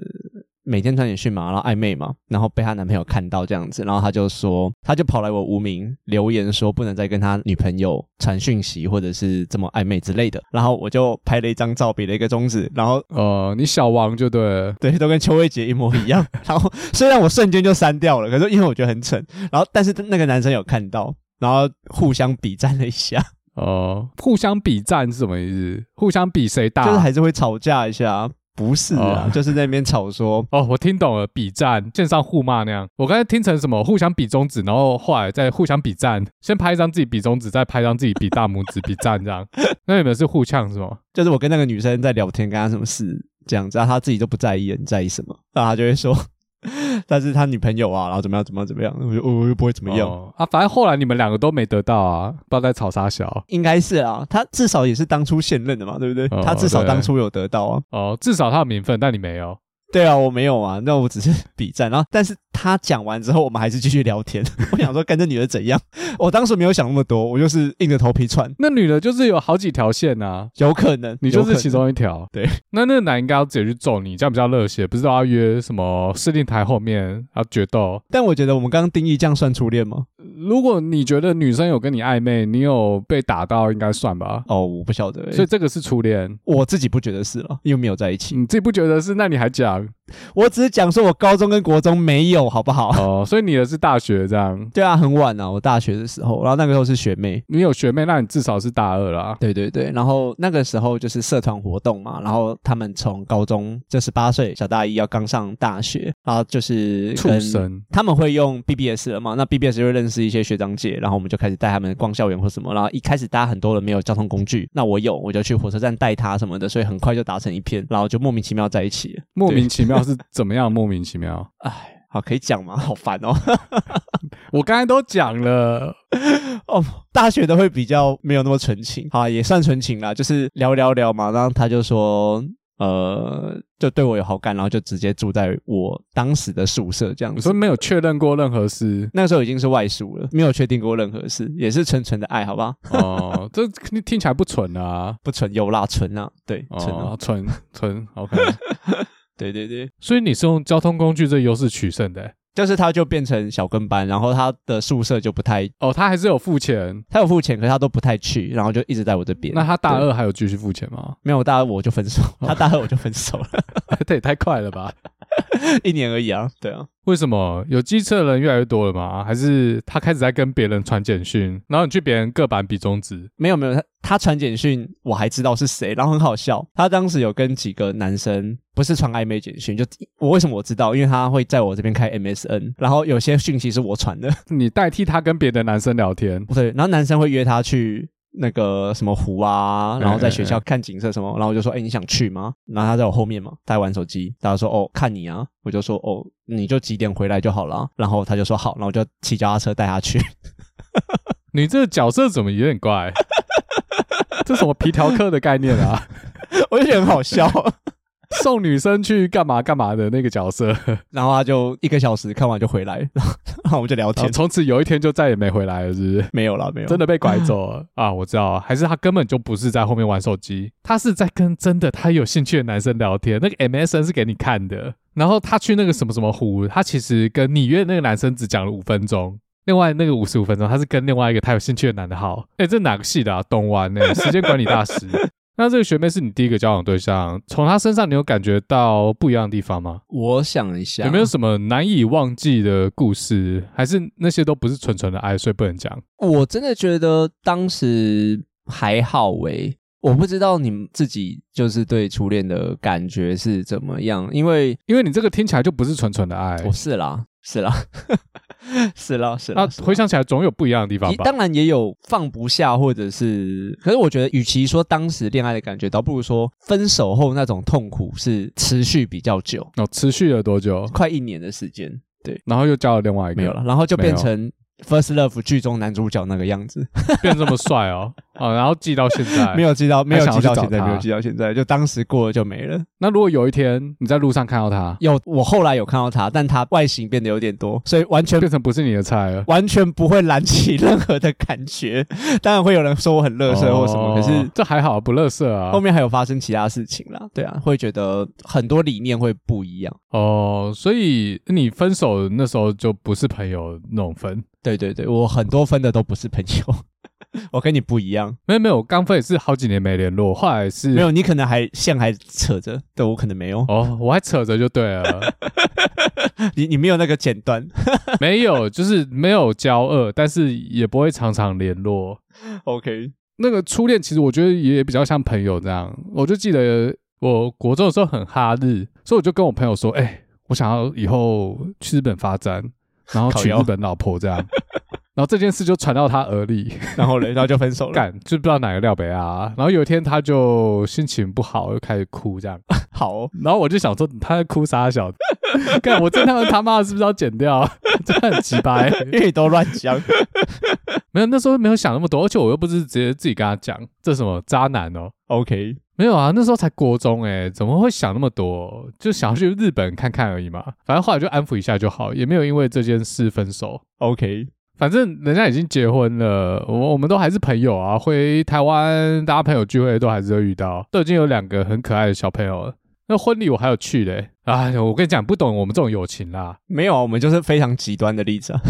Speaker 2: 每天传简讯嘛，然后暧昧嘛，然后被她男朋友看到这样子，然后她就说，她就跑来我无名留言说不能再跟她女朋友传讯息或者是这么暧昧之类的，然后我就拍了一张照，比了一个中指，然后
Speaker 1: 呃，你小王就对了，
Speaker 2: 对，都跟邱慧杰一模一样。 然后虽然我瞬间就删掉了，可是因为我觉得很蠢，然后但是那个男生有看到，然后互相比战了一下，
Speaker 1: 哦、互相比战是什么意思？互相比谁大？
Speaker 2: 就是还是会吵架一下。不是啊，
Speaker 1: 啊哦
Speaker 2: 就是在那边吵说，
Speaker 1: 哦，我听懂了，比战，线上互骂那样。我刚才听成什么互相比中指，然后后来再互相比战，先拍一张自己比中指，再拍一张自己比大拇指，比战这 样。那你们是互呛是吗？
Speaker 2: 就是我跟那个女生在聊天，跟她什么事这样子，啊然后她自己都不在意，你在意什么？然后她就会说， 但是她女朋友啊，然后怎么样怎么样怎么样，我就我我又不会怎么样。
Speaker 1: 哦啊，反正后来你们两个都没得到啊，不知道在吵啥小。
Speaker 2: 应该是啊，她至少也是当初现任的嘛，对不对？
Speaker 1: 哦
Speaker 2: 她至少
Speaker 1: 对
Speaker 2: 当初有得到啊。
Speaker 1: 哦，至少他有名分，但你没有。
Speaker 2: 对啊，我没有啊，那我只是比战。然后，但是他讲完之后，我们还是继续聊天。 我想说，干这女的怎样？ 我当时没有想那么多，我就是硬着头皮传。
Speaker 1: 那女的就是有好几条线啊，
Speaker 2: 有可能，
Speaker 1: 你就
Speaker 2: 有可
Speaker 1: 是
Speaker 2: 能
Speaker 1: 其。中一条。
Speaker 2: 对，
Speaker 1: 那那个男应该要直接去揍你，这样比较热血，不是都要约什么司令台后面要决斗？
Speaker 2: 但我觉得我们刚刚定义这样算初恋吗？
Speaker 1: 如果你觉得女生有跟你暧昧，你有被打到，应该算吧。
Speaker 2: 哦，我不晓得、欸，
Speaker 1: 所以这个是初恋，
Speaker 2: 我自己不觉得是了，因为没有在一起。
Speaker 1: 你自己不觉得是？那你还讲
Speaker 2: 我只是讲说我高中跟国中没有，好不好？
Speaker 1: 哦？所以你的是大学这样，
Speaker 2: 对啊，很晚啊，我大学的时候，然后那个时候是学妹。
Speaker 1: 你有学妹，那你至少是大二啦。
Speaker 2: 对对对，然后那个时候就是社团活动嘛，然后他们从高中就十八岁小大一要刚上大学，然后就是
Speaker 1: 畜
Speaker 2: 跟
Speaker 1: 生
Speaker 2: 他们会用 BBS 了嘛？那 BBS 就会认识一些学长姐，然后我们就开始带他们逛校园或什么。然后一开始大家很多人没有交通工具，那我有，我就去火车站带他什么的，所以很快就打成一片，然后就莫名其妙在一起了。
Speaker 1: 莫名其妙是怎么样？莫名其妙，
Speaker 2: 唉，好，可以讲吗？ 好烦哦。
Speaker 1: 我刚才都讲了，
Speaker 2: 哦，大学的会比较没有那么纯情，好啊，也算纯情啦，就是聊聊聊嘛。然后他就说，呃，就对我有好感，然后就直接住在我当时的宿舍这样
Speaker 1: 我
Speaker 2: 子
Speaker 1: 说。没有确认过任何事
Speaker 2: 那时候已经是外宿了，没有确定过任何事，也是纯纯的爱，好吧？
Speaker 1: 哦，这听起来不蠢啊。
Speaker 2: 不纯有啦，纯啊，对，纯啊，
Speaker 1: 哦，蠢蠢，OK。
Speaker 2: 对对对，
Speaker 1: 所以你是用交通工具这优势取胜的欸、
Speaker 2: 就是他就变成小跟班，然后他的宿舍就不太，
Speaker 1: 哦，他还是有付钱。
Speaker 2: 他有付钱，可是他都不太去，然后就一直在我这边。
Speaker 1: 那他大
Speaker 2: 对
Speaker 1: 二还有继续付钱吗？
Speaker 2: 没有大二我就分手， 他大二我就分手了，
Speaker 1: 这也太快了吧！
Speaker 2: 一年而已啊，对啊，
Speaker 1: 为什么有机车的人越来越多了吗？还是他开始在跟别人传简讯，然后你去别人个板比中指？
Speaker 2: 没有没有，他他传简讯我还知道是谁，然后很好笑。他当时有跟几个男生不是传暧昧简讯，就我为什么我知道？因为他会在我这边开 MSN，然后有些讯息是我传的，
Speaker 1: 你代替他跟别的男生聊天，
Speaker 2: 对，然后男生会约他去。那个什么湖啊，然后在学校看景色什么，然后我就说，哎、你想去吗？然后他在我后面嘛，他在玩手机，他说，哦，看你啊，我就说，哦，你就几点回来就好了啊。然后他就说好，然后我就骑脚踏车带他去。
Speaker 1: 你这个角色怎么有点怪？这什么皮条客的概念啊？
Speaker 2: 我就觉得很好笑。
Speaker 1: 送女生去干嘛干嘛的那个角色，
Speaker 2: 然后他就一个小时看完就回来，然后 然后我们就聊
Speaker 1: 然
Speaker 2: 天
Speaker 1: 后。从此有一天就再也没回来了，是不是？
Speaker 2: 没有啦，没有，
Speaker 1: 真的被拐走了啊！我知道了，还是他根本就不是在后面玩手机，他是在跟真的他有兴趣的男生聊天。那个 MSN 是给你看的，然后他去那个什么什么湖，他其实跟你约的那个男生只讲了五分钟。另外那个五十五分钟，他是跟另外一个他有兴趣的男的好，哎、这哪个系的啊？懂玩呢、时间管理大师。那这个学妹是你第一个交往对象，从她身上你有感觉到不一样的地方吗？
Speaker 2: 我想一下，
Speaker 1: 有没有？什么难以忘记的故事？还是那些都不是纯纯的爱，所以不能讲？
Speaker 2: 我真的觉得当时还好诶、我不知道你们自己就是对初恋的感觉是怎么样，因为
Speaker 1: 因为你这个听起来就不是纯纯的爱。
Speaker 2: 我哦是啦，是啦， 是啦，是啦
Speaker 1: 那。回想起来，总有不一样的地方
Speaker 2: 也
Speaker 1: 吧？
Speaker 2: 当然也有放不下，或者是，可是我觉得，与其说当时恋爱的感觉，倒不如说分手后那种痛苦是持续比较久，
Speaker 1: 哦，持续了多 久？
Speaker 2: 快一年的时间。对，
Speaker 1: 然后又交了另外一个，
Speaker 2: 没有了，，然后就
Speaker 1: 没有
Speaker 2: 变成 First Love 剧中男主角那个样子，
Speaker 1: 变这么帅哦， 哦，然后记到现在
Speaker 2: 没。有记到，没有
Speaker 1: 哎还想
Speaker 2: 记
Speaker 1: 要
Speaker 2: 到
Speaker 1: 去
Speaker 2: 现在，
Speaker 1: 找他
Speaker 2: 没有记到现在，就当时过了就没了。
Speaker 1: 那如果有一天你在路上看到他，
Speaker 2: 有我后来有看到他，但他外形变得有点多，所以完全
Speaker 1: 变成不是你的菜了，
Speaker 2: 完全不会燃起 任何的感觉。当然会有人说我很乐色或什
Speaker 1: 哦
Speaker 2: 么，可是
Speaker 1: 这还好，不乐色啊
Speaker 2: 后。面还有发生其他事情啦。对啊，会觉得很多理念会不一样。
Speaker 1: 哦，所以你分手那时候就不是朋友那种分。
Speaker 2: 对对对，我很多分的都不是朋 友，我跟你不一样。
Speaker 1: 没有没有，我刚分也是好几年没联络，后来是
Speaker 2: 没有，你可能还线还扯着，对我可能没有。
Speaker 1: 哦，我还扯着就对 了，
Speaker 2: 你你没有那个剪断。
Speaker 1: 没有，就是没有交恶，但是也不会常常联络。
Speaker 2: OK，
Speaker 1: 那个初恋，其实我觉得也比较像朋友这样。我就记得我国中的时候很哈日，所以我就跟我朋友说：“哎、我想要以后去日本发展，然后娶
Speaker 2: 靠腰
Speaker 1: 日本老婆 这样。”然后这件事就传到他耳里，
Speaker 2: 然后嘞，然后就分手了。
Speaker 1: 干就不知道哪个廖北啊。然后有一天他就心情不好，又开始哭这样。
Speaker 2: 好哦、
Speaker 1: 然后我就想说他在哭啥小， 干我真他妈他妈的是不是要剪掉？真的很奇葩、欸。
Speaker 2: 因为你都乱讲。
Speaker 1: 没有那时候没有想那么多，而且我又不是直接自己跟他讲这什么渣男哦、
Speaker 2: OK，
Speaker 1: 没有啊，那时候才国中哎、怎么会想那么多？就想要去日本看看而已嘛。反正后来就安抚一下就好，也没有因为这件事分手。
Speaker 2: OK，
Speaker 1: 反正人家已经结婚了，我我们都还是朋友啊。回台湾大家朋友聚会都还是会遇到，都已经有两个很可爱的小朋友了。那婚礼我还有去嘞、哎，我跟你讲，不懂我们这种友情啦。
Speaker 2: 没有啊，我们就是非常极端的例子啊。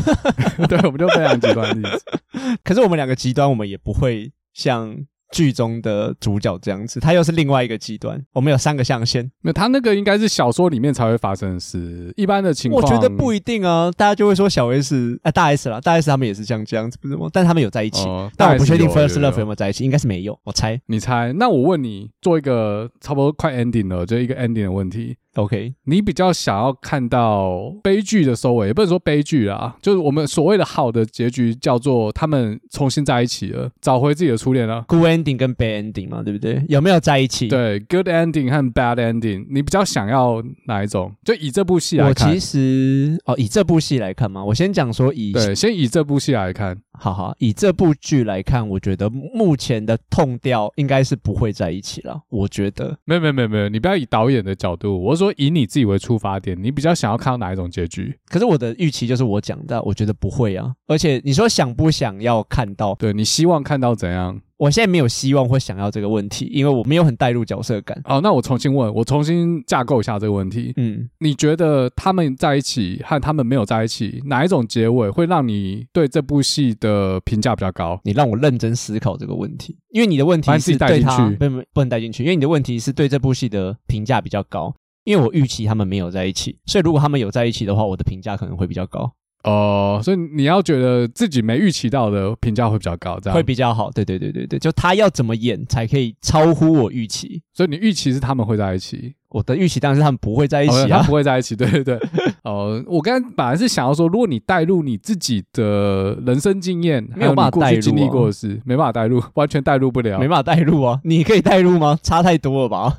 Speaker 1: 对，我们就非常极端的例子。
Speaker 2: 可是我们两个极端，我们也不会像剧中的主角这样子，他又是另外一个极端。我们有三个象限，
Speaker 1: 那他那个应该是小说里面才会发生的事，一般的情
Speaker 2: 我
Speaker 1: 况
Speaker 2: 觉得不一定啊。大家就会说小 S 啊，大 S 啦，大 S 他们也是这样这样子，不是吗？但他们有在一起，
Speaker 1: 哦
Speaker 2: 但我不确定
Speaker 1: 大概
Speaker 2: First
Speaker 1: 是有有
Speaker 2: Love 有没有在一起，应该是没有，我猜。
Speaker 1: 你猜？那我问你，做一个差不多快 ending 了，就一个 ending 的问题。
Speaker 2: OK，
Speaker 1: 你比较想要看到悲剧的收尾，也不能说悲剧啦，就是我们所谓的好的结局，叫做他们重新在一起了，找回自己的初恋了。
Speaker 2: good ending 跟 bad ending 嘛，对不对？有没有在一起？。
Speaker 1: 对，good ending 和 bad ending，你比较想要哪一种？就以这部戏来
Speaker 2: 我
Speaker 1: 看
Speaker 2: 其，实哦，以这部戏来看嘛，我先讲说以
Speaker 1: 对，先以这部戏来看。
Speaker 2: 好好，以这部剧来看，我觉得目前的痛调应该是不会在一起了。我觉得
Speaker 1: 没有没有没有没有，你不要以导演的角度，我是说以你自己为出发点，你比较想要看到哪一种结局？
Speaker 2: 可是我的预期就是我讲的，我觉得不会啊。而且你说想不想要看到，
Speaker 1: 对你希望看到怎样？
Speaker 2: 我现在没有希望或想要这个问题，因为我没有很带入角色感。
Speaker 1: 好，那我重新问，我重新架构一下这个问题。
Speaker 2: 嗯，
Speaker 1: 你觉得他们在一起和他们没有在一起，哪一种结尾会让你对这部戏的评价比较高？
Speaker 2: 你让我认真思考这个问题，因为你的问
Speaker 1: 把
Speaker 2: 题
Speaker 1: 你自己
Speaker 2: 是
Speaker 1: 带
Speaker 2: 对
Speaker 1: 进
Speaker 2: 他
Speaker 1: 去
Speaker 2: 不不不能带进去，因为你的问题是对这部戏的评价比较高。因为我预期他们没有在一起，所以如果他们有在一起的话，我的评价可能会比较高，
Speaker 1: 哦、所以你要觉得自己没预期到的评价会比较高，这样
Speaker 2: 会。比较好。对对对对对，就他要怎么演才可以超乎我预期。
Speaker 1: 所以你预期是他们会在一起，
Speaker 2: 我的预期当然是他们不会在一
Speaker 1: 哦
Speaker 2: 起
Speaker 1: 他
Speaker 2: 啊。
Speaker 1: 不会在一起，对对对。 哦、我刚刚本来是想要说，如果你带入你自己的人生经验，
Speaker 2: 没有办法
Speaker 1: 还你过去
Speaker 2: 带入
Speaker 1: 经
Speaker 2: 啊
Speaker 1: 历过的事，没办法带入，完全带入不了
Speaker 2: 没。办法带入啊，你可以带入吗？差太多了吧？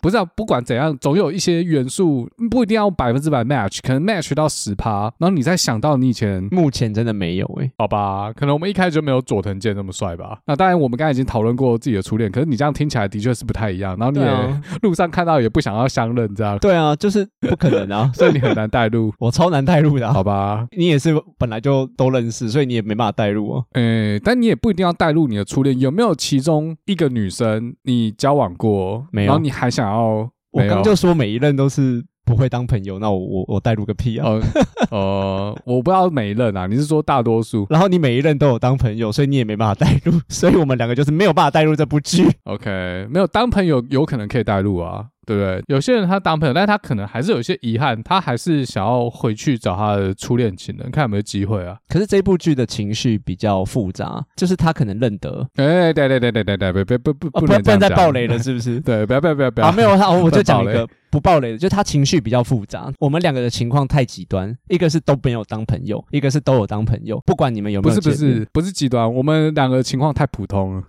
Speaker 1: 不是啊，不管怎样，总有一些元素不一定要百分之百 match，可能 match 到十趴，然后你再想到你以前。
Speaker 2: 目前真的没有诶、欸
Speaker 1: 好吧，可能我们一开始就没有佐藤健那么帅吧。那当然，我们刚才已经讨论过自己的初恋，可是你这样听起来的确是不太一样。然后你也、
Speaker 2: 对啊
Speaker 1: 路上看到也不想要相认，这 样，，
Speaker 2: 对啊，就是不可能啊，
Speaker 1: 所以你很难带入
Speaker 2: 我超难 带入的、啊
Speaker 1: 好。吧？
Speaker 2: 你也是本来就都认识，所以你也没办法带入啊。
Speaker 1: 诶、但你也不一定要带入你的初恋。有没有其中一个女生你交往过，
Speaker 2: 没有
Speaker 1: 然后你还想要？
Speaker 2: 我
Speaker 1: 没有
Speaker 2: 刚就说每一任都是不会当朋友，那我我我带入个屁啊！
Speaker 1: 呃呃，我不知道每一任啊，你是说大多数
Speaker 2: 然后你每一任都有当朋友，所以你也没办法带入，所以我们两个就是没有办法带入这部剧。
Speaker 1: ？OK，没有当朋友有可能可以带入啊，对不对？有些人他当朋友，但是他可能还是有一些遗憾，他还是想要回去找他的初恋情人，看有没有机会啊。
Speaker 2: 可是这部剧的情绪比较复杂，就是他可能认得，
Speaker 1: 哎、对对对对对对，别别不不
Speaker 2: 哦、不
Speaker 1: 能
Speaker 2: 然
Speaker 1: 这
Speaker 2: 不
Speaker 1: 样
Speaker 2: 然
Speaker 1: 讲？
Speaker 2: 再爆雷了，是 不是
Speaker 1: 对，不要不要不要不要
Speaker 2: 啊，没有，他我我就讲一
Speaker 1: 不要
Speaker 2: 个不爆雷的，就他情绪比较复杂。我们两个的情况太极端，一个是都没有当朋友，一个是都有当朋友，不管你们有没
Speaker 1: 不
Speaker 2: 有
Speaker 1: 是不
Speaker 2: 见面
Speaker 1: 是不是极端，我们两个情况太普通了，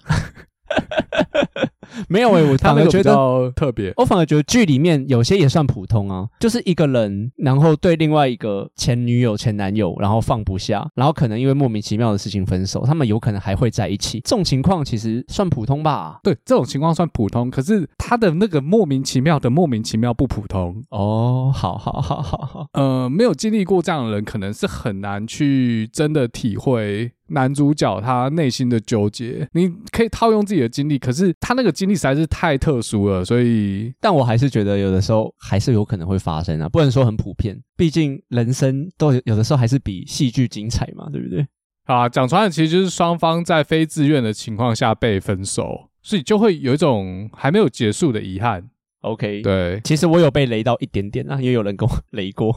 Speaker 2: 没有诶、欸我
Speaker 1: 他
Speaker 2: 反
Speaker 1: 那
Speaker 2: 而
Speaker 1: 个
Speaker 2: 觉
Speaker 1: 比
Speaker 2: 得。
Speaker 1: 较特别。
Speaker 2: 我反而觉得剧里面有些也算普通啊，就是一个人，然后对另外一个前女友、前男友，然后放不下，然后可能因为莫名其妙的事情分手，他们有可能还会在一起。这种情况其实算普通吧？
Speaker 1: 对，这种情况算普通，可是他的那个莫名其妙的莫名其妙不普通。
Speaker 2: 哦，好好好好好，
Speaker 1: 呃，没有经历过这样的人，可能是很难去真的体会男主角他内心的纠结。你可以套用自己的经历，可是他那个经历实在是太特殊了，所以
Speaker 2: 但我还是觉得有的时候还是有可能会发生啊，不能说很普遍，毕竟人生都有有的时候还是比戏剧精彩嘛，对不对？
Speaker 1: 啊，讲穿了其实就是双方在非自愿的情况下被分手，所以就会有一种还没有结束的遗憾。
Speaker 2: OK，，，
Speaker 1: 对
Speaker 2: 其实我有被雷到一点点啊，因为有人跟我 雷过。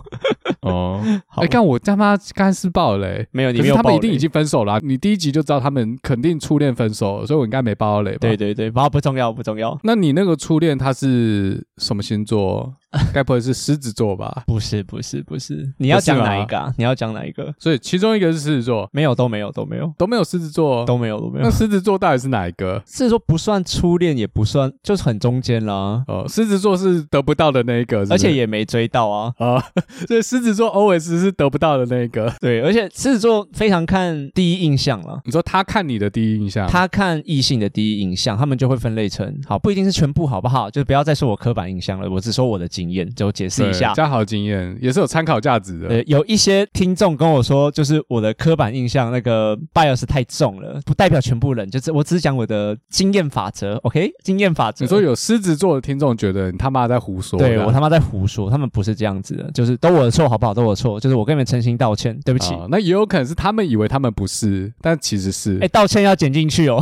Speaker 1: 哦、
Speaker 2: 好
Speaker 1: 哎、看我他妈刚才是爆雷、
Speaker 2: 没有，你
Speaker 1: 可
Speaker 2: 没
Speaker 1: 是
Speaker 2: 有
Speaker 1: 他们
Speaker 2: 爆
Speaker 1: 一定
Speaker 2: 雷
Speaker 1: 已经分手了啊、你第一集就知道他们肯定初恋分手了，所以我应该没爆到雷吧？
Speaker 2: 对。对对，不不重要不重要，
Speaker 1: 那你那个初恋他是什么星 座？该不会是狮子座吧？
Speaker 2: 不是不是不是，你要讲哪一个、啊？你要讲哪一个？
Speaker 1: 所以其中一个是狮子座，
Speaker 2: 没有都没有都没有
Speaker 1: 都没有狮子座。
Speaker 2: 都没有都没有
Speaker 1: 那，狮子座到底是哪一个？
Speaker 2: 是说不算初恋，也不算，就是很中间啦，
Speaker 1: 哦，狮子座是得不到的那一个，是不
Speaker 2: 而
Speaker 1: 是
Speaker 2: 且也没追到啊。
Speaker 1: 啊、所以狮子座 always 是得不到的那一个。
Speaker 2: 对，而且狮子座非常看第一印象啦。
Speaker 1: 你说他看你的第一印象，
Speaker 2: 他看异性的第一印象，他们就会分类成好，不一定是全部，好不好？就是不要再说我刻板印象了，我只说我的经验，就解释
Speaker 1: 对
Speaker 2: 一下。
Speaker 1: 加好经验也是有参考价值的。
Speaker 2: 呃，有一些听众跟我说，就是我的刻板印象那个 bias 太重了，不代表全部人，就是我只是讲我的经验法则，OK？经验法则。
Speaker 1: 你说有啊狮子座的听众觉得你他妈在胡说，
Speaker 2: 对
Speaker 1: 这样
Speaker 2: 我他妈在胡说，他们不是这样子的，就是都我的错，好不好？都我的错，就是我跟你们诚心道歉，对不起。
Speaker 1: 啊那也有可能是他们以为他们不是，但其实是
Speaker 2: 哎、。道歉要剪进去哦，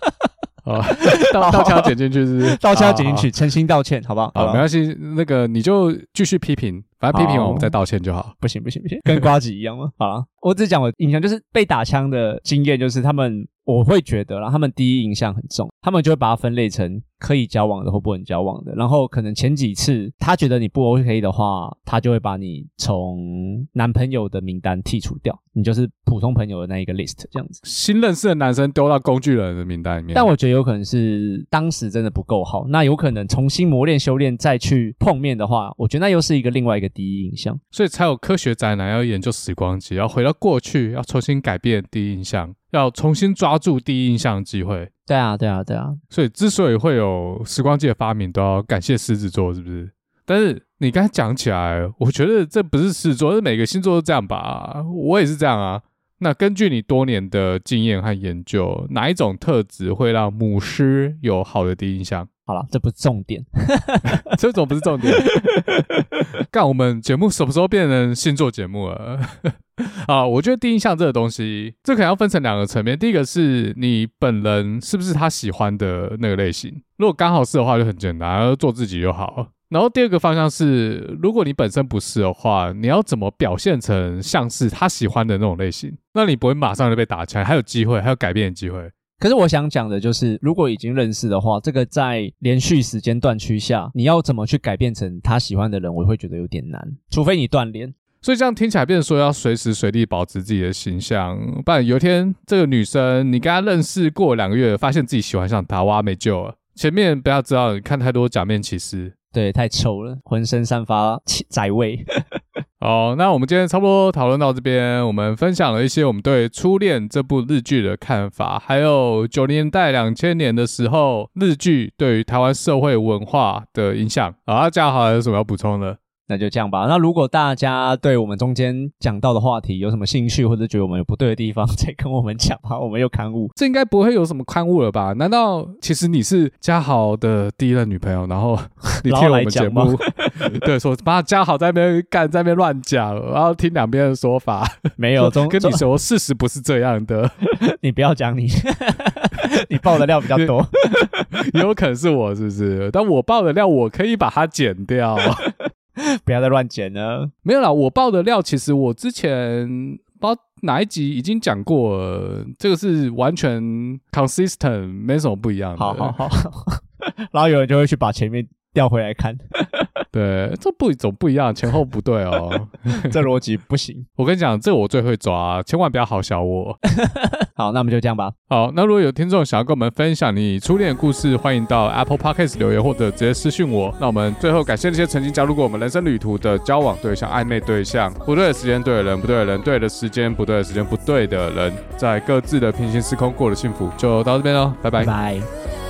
Speaker 1: 啊，道道歉要剪进去是不是？
Speaker 2: 道歉要剪进去，诚心道歉，好不好？
Speaker 1: 好。好，好没关系，那个你就继续批评，反正批评完
Speaker 2: 好
Speaker 1: 我们再道歉就好。
Speaker 2: 不行不行不行，跟瓜子一样吗？好了，我只讲我印象，就是被打枪的经验，就是他们我会觉得啦，然后他们第一印象很重，他们就会把它分类成可以交往的或不能交往的，然后可能前几次他觉得你不 OK 的话，他就会把你从男朋友的名单剔除掉，你就是普通朋友的那一个 list 这样子。
Speaker 1: 新认识的男生丢到工具人的名单里面，
Speaker 2: 但我觉得有可能是当时真的不够好，那有可能重新磨练修炼再去碰面的话，我觉得那又是一个另外一个第一印象。
Speaker 1: 所以才有科学宅男要研究时光机，要回到过去，要重新改变第一印象，要重新抓住第一印象的机会。
Speaker 2: 对啊，对啊，对啊，
Speaker 1: 所以之所以会有时光机的发明，都要感谢狮子座，是不是？但是你刚才讲起来，我觉得这不是狮子座，是每个星座都这样吧？我也是这样啊。那根据你多年的经验和研究，哪一种特质会让母狮有好的第一印象？
Speaker 2: 好了，这不是重点。
Speaker 1: 这种不是重点。 干，我们节目什么时候变成星座节目了？ 啊，我觉得第一印象这个东西，这可能要分成两个层面。第一个是你本人是不是他喜欢的那个类型，如果刚好是的话，就很简单，做自己就好。然后第二个方向是，如果你本身不是的话，你要怎么表现成像是他喜欢的那种类型？那你不会马上就被打枪，还有机会，还有改变的机会。
Speaker 2: 可是我想讲的就是，如果已经认识的话，这个在连续时间段区下，你要怎么去改变成他喜欢的人，我会觉得有点难，除非你断联。
Speaker 1: 所以这样听起来，变成说要随时随地保持自己的形象，不然有一天这个女生你跟她认识过两个月，发现自己喜欢上她，哇，没救了。前面不要知道，你看太多假面骑士。
Speaker 2: 对，太臭了，浑身散发气宅味。
Speaker 1: 好，哦那我们今天差不多讨论到这边，我们分享了一些我们对《初恋》这部日剧的看法，还有九零年代、两千年的时候日剧对于台湾社会文化的影响。啊，嘉豪还有什么要补充的？
Speaker 2: 那就这样吧。那如果大家对我们中间讲到的话题有什么兴趣，或者觉得我们有不对的地方，再跟我们讲吧，我们又刊 物。
Speaker 1: 这应该不会有什么刊物了吧？难道其实你是嘉豪的第一任女朋友，然 后你听我们节
Speaker 2: 然后
Speaker 1: 目， 对，说妈嘉豪在那边干，在那边乱讲，然后听两边的说法，
Speaker 2: 没有，
Speaker 1: 说
Speaker 2: 中
Speaker 1: 跟
Speaker 2: 中
Speaker 1: 你说事实不是这样的，
Speaker 2: 你不要讲你， 你爆的料比较多。
Speaker 1: 也有可能是我，是不是？但我爆的料，我可以把它剪掉。
Speaker 2: 不要再乱剪了。
Speaker 1: 没有啦，我爆的料，其实我之前不知道哪一集已经讲过了，这个是完全 consistent，没什么不一样的。
Speaker 2: 好好好， 然后有人就会去把前面调回来看，
Speaker 1: 对，这不总不一样，前后不对哦。
Speaker 2: 这逻辑不行。
Speaker 1: 我跟你讲，这个我最会抓，千万不要好小我。
Speaker 2: 好，那我们就这样吧。
Speaker 1: 好，那如果有听众想要跟我们分享你初恋的故事，欢迎到 Apple Podcast 留言或者直接私讯我。那我们最后感谢那些曾经加入过我们人生旅途的交往对象、暧昧对象，不对的时间对的人，不对的人对的时间，不对的时间不对的人，在各自的平行时空过得幸福，就到这边喽，拜拜
Speaker 2: 拜拜。
Speaker 3: 「